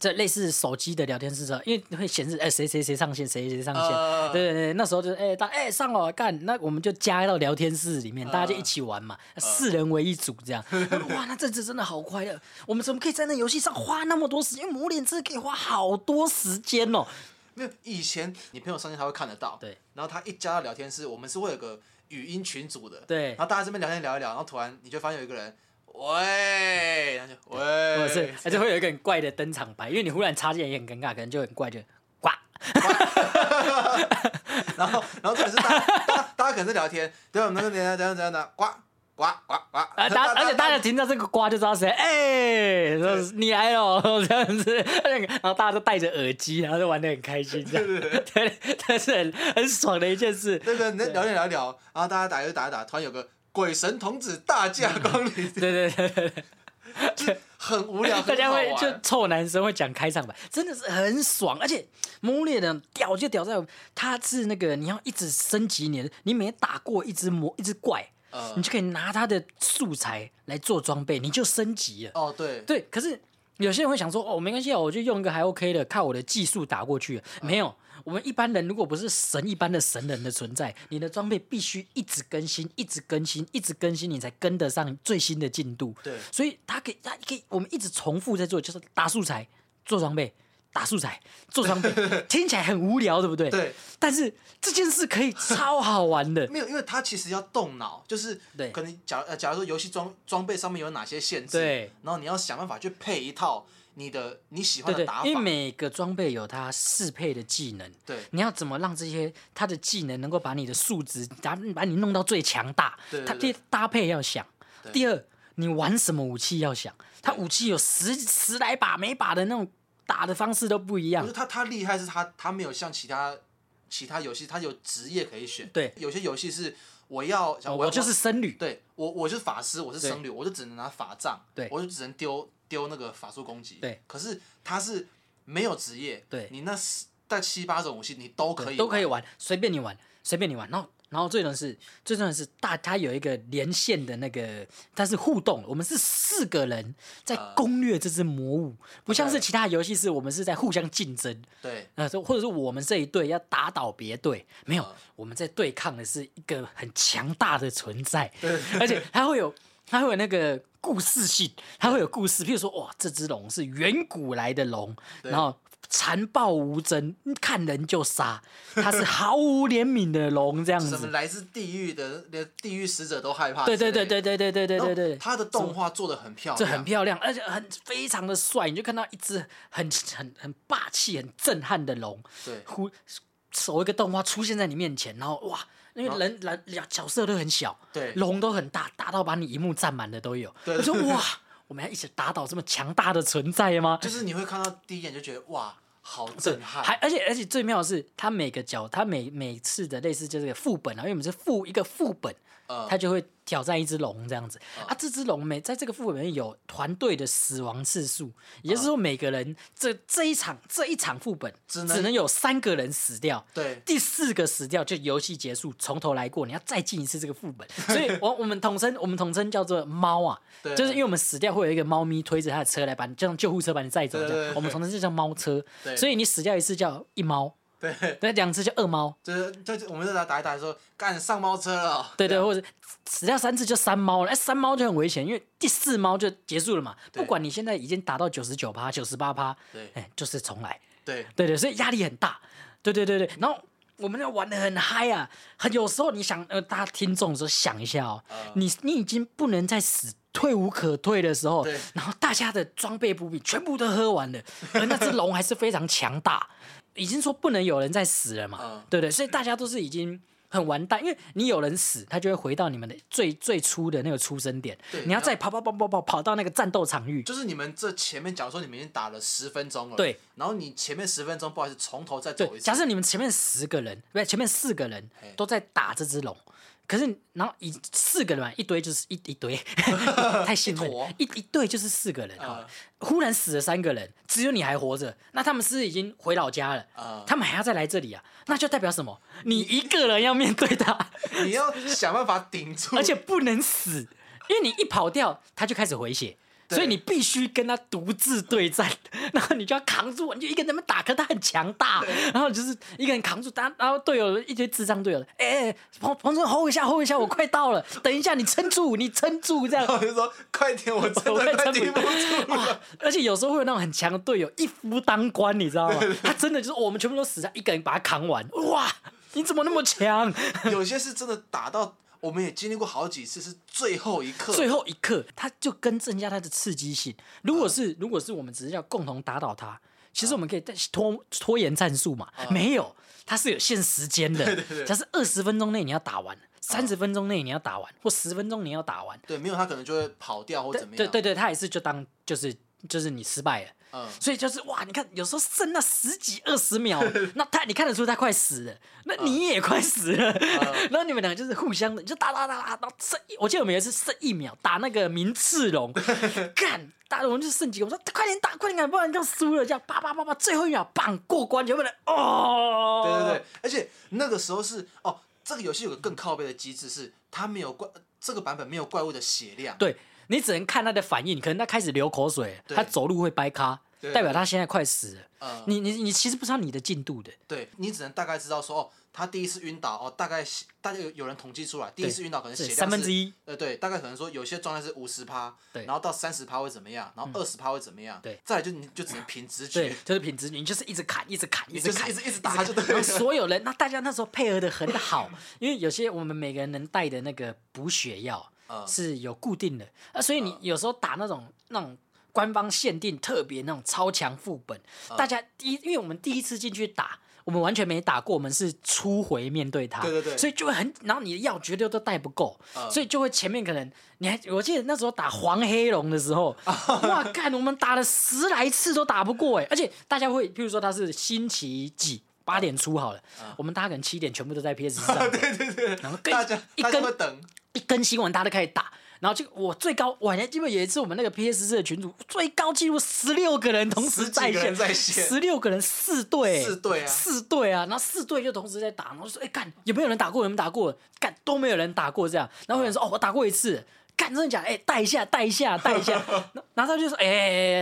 这类似手机的聊天室上，因为会显示哎谁谁谁上线，谁谁谁上线，
呃
对对对，那时候就是哎、大哎、上了干，那我们就加到聊天室里面，
呃
大家就一起玩嘛，四人为一组这样。哇，那这次真的好快乐！我们怎么可以在那游戏上花那么多时间？磨脸真的可以花好多时间哦。
没有以前你朋友上线他会看得到，
对，
然后他一加到聊天室，我们是会有个语音群组的，
对
然后大家这边聊天聊一聊，然后突然你就发现有一个人，喂，然后就喂，
或者是，而且会有一个很怪的登场白，因为你忽然插进来也很尴尬，可能就很怪就呱。
然后然后可是大家大家大家可能在聊天，对，我们那个等一下等一下等一下等一下，呱呱呱呱，
啊，大而且大家听到这个呱就知道谁，哎、你来了这样子，然后大家都戴着耳机，然后就玩的很开心，这样，对，但是很很爽的一件事。
对对，你在聊天聊一聊，然后大家打就打一打，突然有个鬼神童子大驾光临，
对对对对对，
很无聊，
大家
很好
会
玩
就臭男生会讲开场白，真的是很爽，而且魔猎人屌就屌在他是那个你要一直升级你的，你每打过一只魔一只怪，
呃
你就可以拿他的素材来做装备，你就升级了。
哦对
对，可是有些人会想说，哦，没关系啊，我就用一个还 OK 的，靠我的技术打过去。没有，我们一般人如果不是神一般的神人的存在，你的装备必须一直更新，一直更新，一直更新，你才跟得上最新的进度。
对
所以他给他可以，我们一直重复在做，就是打素材、做装备、打素材、做装 备，听起来很无聊，对不对？
对。
但是这件事可以超好玩 的，
没有，因为它其实要动脑，就是
对
可能假呃，假如说游戏装装备上面有哪些限制，
对，
然后你要想办法去配一套你的你喜欢
对
的
对
打，法，
因为每个装备有它适配的技能。
对
你要怎么让这些他的技能能够把你的数值，把把你弄到最强大？
对对
他
对
第搭配要想，
对
第二你玩什么武器要想，他武器有十十来把，每把的那种打的方式都不一
我
样
觉得。他他厉害是他他没有像其他其他游戏，他有职业可以选，
对
有些游戏是我要想
哦
要
我就是僧侣，
对我我是法师，我是
对
僧侣，我就只能拿法杖，
对
我就只能丢丢那个法术攻击，
对，
可是他是没有职业，
对
你那十大概七八种武器你都可以
都可以
玩，
玩，随便你玩，随便你玩。然后，然后最重要的是，最重要的是大，它有一个连线的那个，它是互动。我们是四个人在
呃
攻略这只魔物，不像是
OK
其他游戏是我们是在互相竞争。
对
呃，或者是我们这一队要打倒别队，没有
嗯，
我们在对抗的是一个很强大的存在， 而且它会有，它会有那个故事性，它会有故事，譬如说，哇，这只龙是远古来的龙，
对
然后残暴无争，看人就杀，它是毫无怜悯的龙，这样
什么
子，
来自地狱的，连地狱使者都害怕。
对对对对，对对对对对对，
他的动画做的很漂亮，
这很漂亮，而且很非常的帅，你就看到一只很很很霸气、很震撼的龙，
对
忽手一个动画出现在你面前，然后哇，因为人人角角色都很小，
对
龙都很大，大到把你一幕占满的都有。
对
我说哇，我们要一起打倒这么强大的存在吗？
就是你会看到第一眼就觉得哇，好震撼，
还而且而且最妙的是，他每个角，他每每次的类似就是个副本啊，因为我们是副一个副本，
呃
他就会挑战一只龙这样子
嗯
啊。这只龙每在这个副本里面有团队的死亡次数，也就是说每个人这这一场这一场副本
嗯只
只
能
能有三个人死掉。
对
第四个死掉就游戏结束，从头来过，你要再进一次这个副本， 所以我我们统称我们统称叫做猫啊，
对
就是因为我们死掉会有一个猫咪推着它的车来把你，就像救护车把你载走这
对对对
样，
对
我们统称就叫猫车
对，
所以你死掉一次叫一猫，
对，
那两次叫二猫，
就是就是我们在打打一打说干上猫车了，
对对，
这样
或者死掉三次就三猫了，哎，三猫就很危险，因为第四猫就结束了嘛，
对
不管你现在已经达到九十九趴、九十八趴，
对
哎，就是重来。
对
对对，所以压力很大。对对对对，然后我们要玩的很嗨啊，很有时候你想，呃，大家听众的时候想一下哦，
呃
你你已经不能再死。退无可退的时候
对，
然后大家的装备补品全部都喝 完了，而那只龙还是非常强大，已经说不能有人再死了嘛，
嗯
对不对？所以大家都是已经很完蛋，因为你有人死，他就会回到你们的最最初的那个出生点
对，
你要
你要
再跑跑跑跑跑跑到那个战斗场域，
就是你们这前面，假如说你们已经打了十分钟了，
对，
然后你前面十分钟不好意思从头再走
对，
一次，
假设你们前面十个人，不是前面四个人
嘿
都在打这只龙，可是然后一四个人嘛，一堆就是一一 堆，太兴奋
一坨
了，一一队就是四个人啊
呃，
忽然死了三个人，只有你还活着，那他们是不是已经回老家了
呃，
他们还要再来这里啊？那就代表什么？你一个人要面对他，
你要想办法顶住，
而且不能死，因为你一跑掉，他就开始回血。
对
所以你必须跟他独自对战，然后你就要扛住，你就一个人在那边打，可他很强大，然后就是一个人扛住他，然后队友一堆智障队友，哎、哎哎彭彭总 hold 一下，hold 一下，我快到了，等一下你撑住，你撑住这样
然，后就说快点，我真
我
的快
快
顶
撑
不
不
住了，
哇！而且有时候会有那种很强的队友一夫当关，你知道吗？他真的就是我们全部都死，他一个人把他扛完，哇！你怎么那么强？
有些是真的打到，我们也经历过好几次，是最后一刻，
最后一刻，它就更增加它的刺激性。如果
嗯
是、如果是我们只是要共同打倒它，其实我们可以再拖拖延战术嘛，没有，它是有限时间的。
嗯 对嗯
它是二十分钟内你要打完，三十分钟内你要打完，或十分钟你要打完。
对，没有他可能就会跑掉或
对
怎么
对
样，
对对，它也是就当就是就是你失败了。
嗯，
所以就是哇，你看有时候剩那十几二十 秒，那他你看得出他快死了，那
嗯
你也快死了， 然后你们两个就是互相的，你就打打打打，然后剩一，我记得我们有一次剩一秒打那个明赤 龙，干打我们就剩几个，我说快点打，快点打，不然就输了，这样叭叭叭叭，最后一秒棒过关，全部人哦，
对对对，而且那个时候是哦，这个游戏有个更靠背的机制是，它没有怪这个版本没有怪物的血量，
对你只能看他的反应，可能他开始流口水，
对
他走路会掰咖
对，
代表他现在快死了。
嗯
你你你其实不知道你的进度的，
对你只能大概知道说哦，他第一次晕倒哦，大概血大家有有人统计出来，第一次晕倒可能血
对
量
三分
是
之一，
呃对，大概可能说有些状态是五十趴，
对嗯
然后到三十趴会怎么样，然后二十趴会怎么样，
对
再来就你就只能凭直
对
觉，，
就是品质，你就是一直砍，一直砍，一
就
直
是
砍，
一直一直打就对
然后
了
所有人，那大家那时候配合的很好，因为有些我们每个人能带的那个补血药
嗯
是有固定的，啊，所以你有时候打那种那种。官方限定特别那种超强副本，大家第一，因为我们第一次进去打，我们完全没打过，我们是初回面对它，
对对对
所以就会很，然后你的药绝对都带不够，
嗯
所以就会前面可能你还，我记得那时候打黄黑龙的时候， 哇，干，我们打了十来次都打不过哎，而且大家会，譬如说他是星期几八点出好了，嗯我们大家可能七点全部都 在 PS 上，
对对对，
然后跟
大家
一
大家
根
会等，
一更新完大家都开始打。然后就我最高，我还记得有一次我们那个 PS 四的群主最高记录十六个人同时
10
在
几个人
线，
在线
十六个人四队，
四队啊
四队啊，然后四队就同时在打，然后说哎干有没有人打过？有没有人打过？干都没有人打过这样，然后有人说哦我打过一次。干真的假的？哎、带一下，带一 下，带一下。然然后他就说：“哎、哎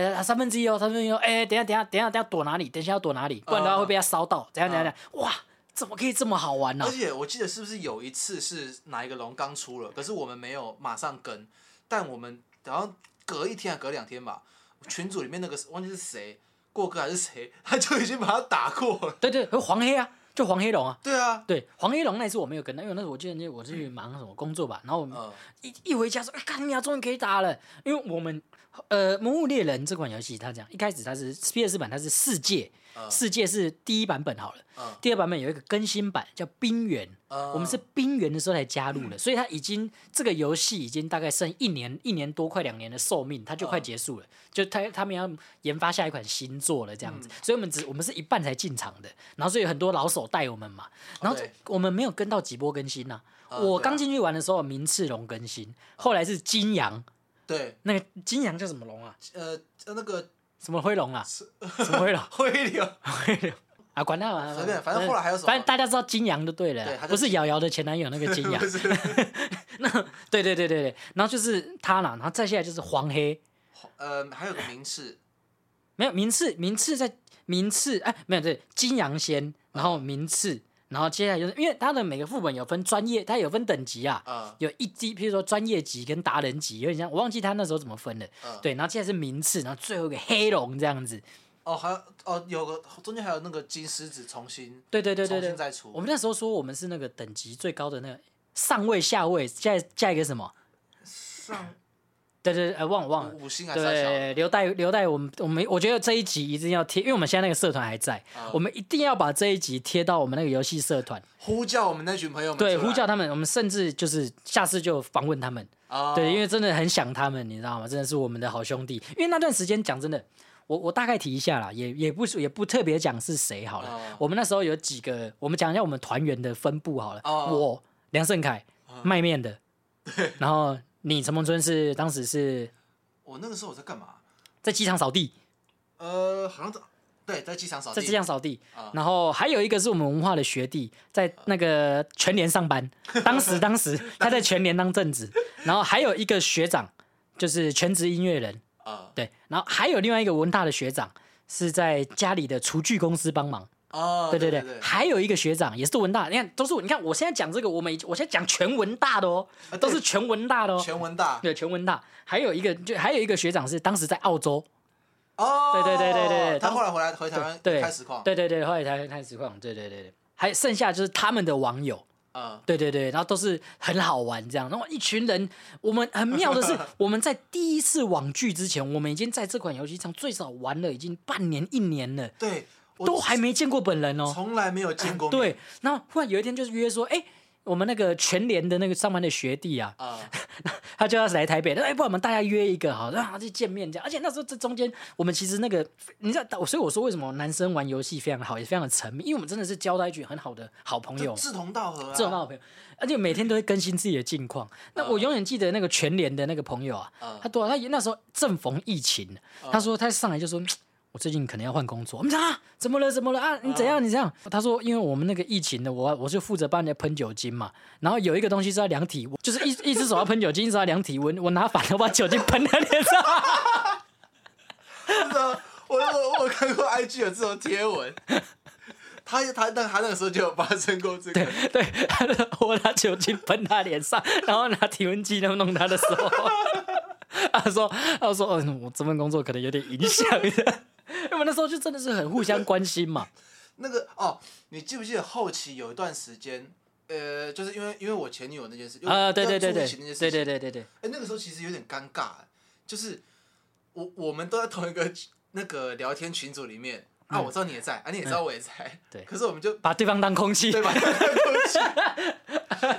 哎哎三分之一哦，三分之一哦。哎、等一下，等一下，等一下，等一下躲哪里？等一下要躲哪里？不然的话会被他烧到。怎样怎样怎样？哇，怎么可以这么好玩呢、
而且我记得是不是有一次是哪一个龙刚出了，可是我们没有马上跟，但我们好像隔一天还隔两天吧，群组里面那个忘记是谁，过哥还是谁，他就已经把他打过了。
对对，黄黑啊，就黄黑龙啊。
对啊，
对，黄黑龙那次我没有跟他，因为那时候我记得那我去忙什么工作吧，然后我们
嗯
一一回家说，哎、干你啊，终于可以打了，因为我们呃，《魔物猎人》这款游戏，它讲一开始它是 PS 版，它是世界，世界是第一版本好了，
嗯
第二版本有一个更新版叫冰原，
嗯
我们是冰原的时候才加入的，所以它已经这个游戏已经大概剩一年一年多快两年的寿命，它就快结
嗯
束了，就它他们要研发下一款新作了这样子，
嗯
所以我们只我们是一半才进场的，然后所以有很多老手带我们嘛，然后
对
我们没有跟到几波更新呐、
啊
我
对啊啊
刚进去玩的时候，明赤龙更新，后来是金羊，
对，
那个金羊叫什么龙啊？
呃，那个
什么灰龙啊？什么灰龙？
灰流，
灰龙啊，管他嘛，
随便反正后来还有什么
反正大家知道金羊就对了
对
啦，
他就
不是瑶瑶的前男友那个金羊
不，是
对对对对对。然后就是他啦，然后再下来就是黄黑，
呃，还有个名次，
没有名次，名次在名次，哎，没有对，金阳先，然后名次，然后接下来就是因为他的每个副本有分专业，它有分等级啊，
呃，
有一级，譬如说专业级跟达人级，有点像，我忘记他那时候怎么分的
嗯。
对，然后接下来是名次，然后最后一个黑龙这样子。
哦，还有哦，有个中间还有那个金狮子重新
对对对对
重
对
新，再
我
出，
们那时候说我们是那个等级最高的那个上位下位，下下一个什么？
上
对对对，呃，忘了忘了。
五五星还是三小，
对，留待留待我们我们我觉得这一集一定要贴，因为我们现在那个社团还在，
啊
我们一定要把这一集贴到我们那个游戏社团，
呼叫我们那群朋友们出来，
对，呼叫他们，我们甚至就是下次就访问他们，
啊，
对，因
为
为真的很想他们，你知道吗？真的是我们的好兄弟。因为那段时间讲真的，我我大概提一下啦，也也不也不特别讲是谁好了。
哦
我们那时候有几个，我们讲一下我们团员的分布好了。
哦
我梁胜凯、卖面的，然后你陈梦春是当时是
我那个时候我在干嘛？
在机场扫地，
呃，好像在对，在机场扫
在
地，
机场扫地
啊，
然后还有一个是我们文化的学弟，在那个全联上 班。当时当时他在全联当正职，然后还有一个学长就是全职音乐人。
啊
对，然后还有另外一个文大的学长是在家里的厨具公司帮忙，
啊，
对
对
对
对，
还有一个学长也是文大，你看都是我你看我现在讲这个，我们已我现在讲全文大的哦，
啊
都
对
是全文大的哦，
全文大
对全文大，还有一个就还有一个学长是当时在澳洲，
哦，
对对对对对对
他
当
后来回来回台湾
对
开实况，
对对对，后来才看实况，对对对对，还剩下就是他们的网友，
嗯，
对对对，然后都是很好玩这样，然后一群人，我们很妙的是，我们在第一次网剧之前，我们已经在这款游戏上最少玩了已经半年一年了。
对，我
都还没见过本人哦。
从来没有见过面，
对，然后忽然有一天就是约说，哎、我们那个全联的那个上班的学弟啊，
啊，
他就要来台北，那哎、不然我们大家约一个好，然后就见面这样。而且那时候这中间，我们其实那个你知道，所以我说为什么男生玩游戏非常好，也非常的沉迷，因为我们真的是交到一群很好的好朋友
就。志同道合啊，
这种好朋友，而且每天都会更新自己的近况。那我永远记得那个全联的那个朋友啊，
嗯
他多少？他那时候正逢疫情，他说他上来就说。嘖我最近可能要换工作，我们说啊，怎么了？怎么了啊？你怎样？你这样？他说，因为我们那个疫情的，我我就负责帮人家喷酒精嘛。然后有一个东西是要量体温，就是一一只手要喷酒精，一只手要量体温。我拿反了，把酒精喷在脸上。
真的，我我我看过 IG 有这种贴文，他他但他那个时候就有发生过这个，
对，他就我拿酒精喷他脸上，然后拿体温计弄弄他的手。 他说：“他说，嗯，我这份工作可能有点影响。 因为我那时候就真的是很互相关心嘛。
那个哦，你记不记得后期有一段时间，呃，就是因为因为我前女友那件事，
啊，对对对
要
对，
住一起那件事
对
情
对对对对，
哎、那个时候其实有点尴尬，就是我我们都在同一个那个聊天群组里面啊，我知道你也在，啊，你也知道我也在，
嗯对
可是我们就
把对方当空气
对。吧？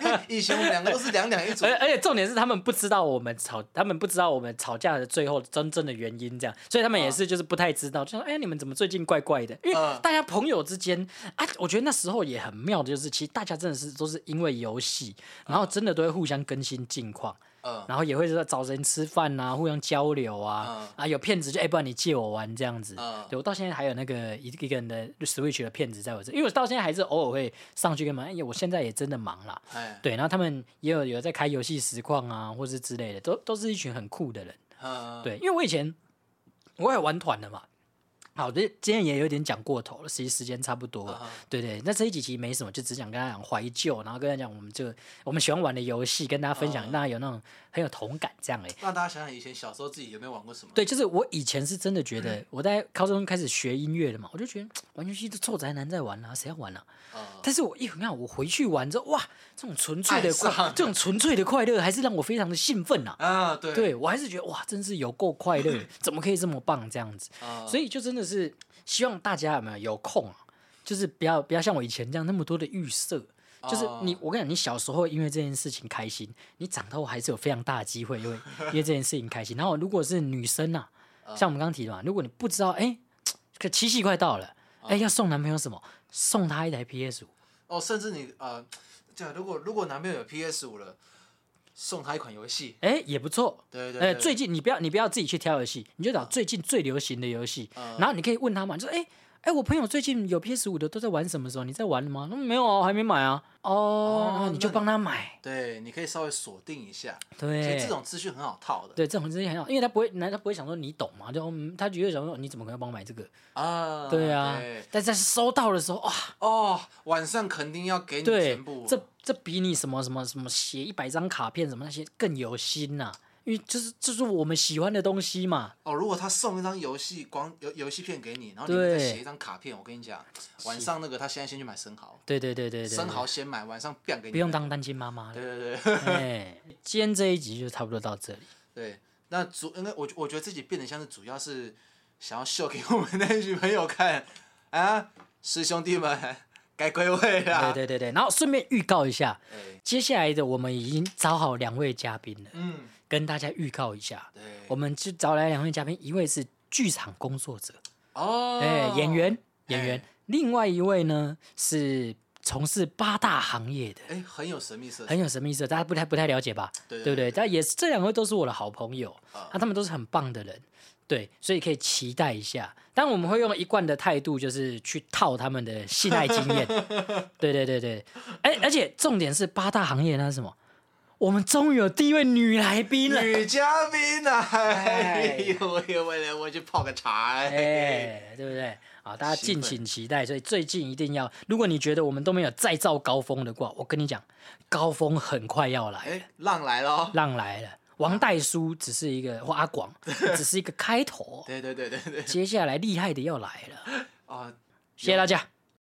因为以前我们两个都是两两一 组
而，而且重点是，他们不知道我们吵，他们不知道我们吵架的最后真正的原因，这样，所以他们也是就是不太知道，就说哎、你们怎么最近怪怪的？因为
嗯
大家朋友之间啊，我觉得那时候也很妙的，就是其实大家真的是都是因为游戏，然后真的都会互相更新近况，
嗯，
然后也会说找人吃饭啊，互相交流啊，啊有骗子就哎、不然你借我玩这样子，
嗯
对我到现在还有那个一一个人的 Switch 的骗子在我这，因为我到现在还是偶尔会上去跟他们，哎、我现在也真的忙啦。
哎，
对，然后他们也有有在开游戏实况啊，或是之类的，都都是一群很酷的人。
嗯，
对，因为我以前我也玩团的嘛，好的，今天也有点讲过头了，其实时间差不多了。
啊
对对，那这一集其实没什么，就只想跟他讲怀旧，然后跟他讲我们这个我们喜欢玩的游戏，跟大家分享，大家有那种很有同感这样哎、
让大家想想以前小时候自己有没有玩过什么？
对，就是我以前是真的觉得，我在高中开始学音乐了嘛，我就觉得玩游戏这臭宅男在玩啊，谁要玩啊？
啊，
但是我一你看我回去玩之后，哇，这种纯粹的
爱上
快
了，
这种纯粹的快乐，还是让我非常的兴奋啊！
啊，对，
对我还是觉得哇，真是有够快乐， 怎么可以这么棒这样子？
啊，
所
以
以就真的是希望大家有没有有空啊，就是不要不要像我以前这样那么多的预设。就是你
哦，
我跟你讲，你小时候因为这件事情开心，你长大后还是有非常大的机会，因为 因为这件事情开心。然后如果是女生啊，
嗯
像我们刚刚提的嘛，如果你不知道，哎、可七夕快到了，哎、
嗯
要送男朋友什么？送他一台 PS 五，
哦，甚至你呃，这样如果如果男朋友有 PS 五了，送他一款游戏，
哎、也不错。
对对
哎、
对，
最近你不要你不要自己去挑游戏，你就找最近最流行的游戏，
嗯
然后你可以问他嘛，就是哎哎、我朋友最近有 PS 五的都在玩什么时候？你在玩吗？嗯没有啊，我还没买啊。哦，然后你就
那
帮他买，
对，你可以稍微锁定一下，所
对，
以这种资讯很好套的
哎对这种真的很好，因为他不会，难他不会想说你懂嘛，就嗯他绝对想说你怎么可能帮我买这个？
啊，
对啊，但是收到的时候哇，
哦，晚上肯定要给你
对
全部，，
这这比你什么什么什么写一百张卡片什么那些更有心呐、因为就是这是我们喜欢的东西嘛，
哦，如果他送一张游戏光游游戏片给你，然后你们再
对
写一张卡片，我跟你讲，晚上那个他现在先去买生蚝，
对对对对对
生
对
蚝先买，晚上 biang 给你，
不用，当单亲妈妈
对
了。
对对
哎，今天这一集就差不多到这里。
对。那主应该我我觉得自己变得像是主要是想要秀给我们那一群朋友看啊，师兄弟们该归位哎
对
啦，
对对对，然后顺便预告一下，
对，
接下来的我们已经找好两位嘉宾了，
嗯，
跟大家预告一下，我
对，
们就找来两位嘉宾，一位是剧场工作者。
哦，
哎、演员，演
哎
员。另外一位呢是从事八大行业的，
哎，很有神秘色彩
很，有神秘色，大家不太不太了解吧？
对
对不对？
对
但也是这两位都是我的好朋友，
啊
啊，他们都是很棒的人，对，所以可以期待一下。当然我们会用一贯的态度，就是去套他们的性爱经验。对对对对，哎，而且重点是八大行业那是什么？我们终于有第一位女来宾了。
女嘉宾啊，
哎
哎呦，我也我也我去泡个茶，哎，
哎，对不对？好，大家
兴
敬
奋
请期待。所以最近一定要，如果你觉得我们都没有再造高峰的话，我跟你讲，高峰很快要来，
哎，浪来了哦，
浪来了。王代书只是一个或阿广，只 是一个开头，
对对对对对，
接下来厉害的要来了。
啊，
谢谢大家，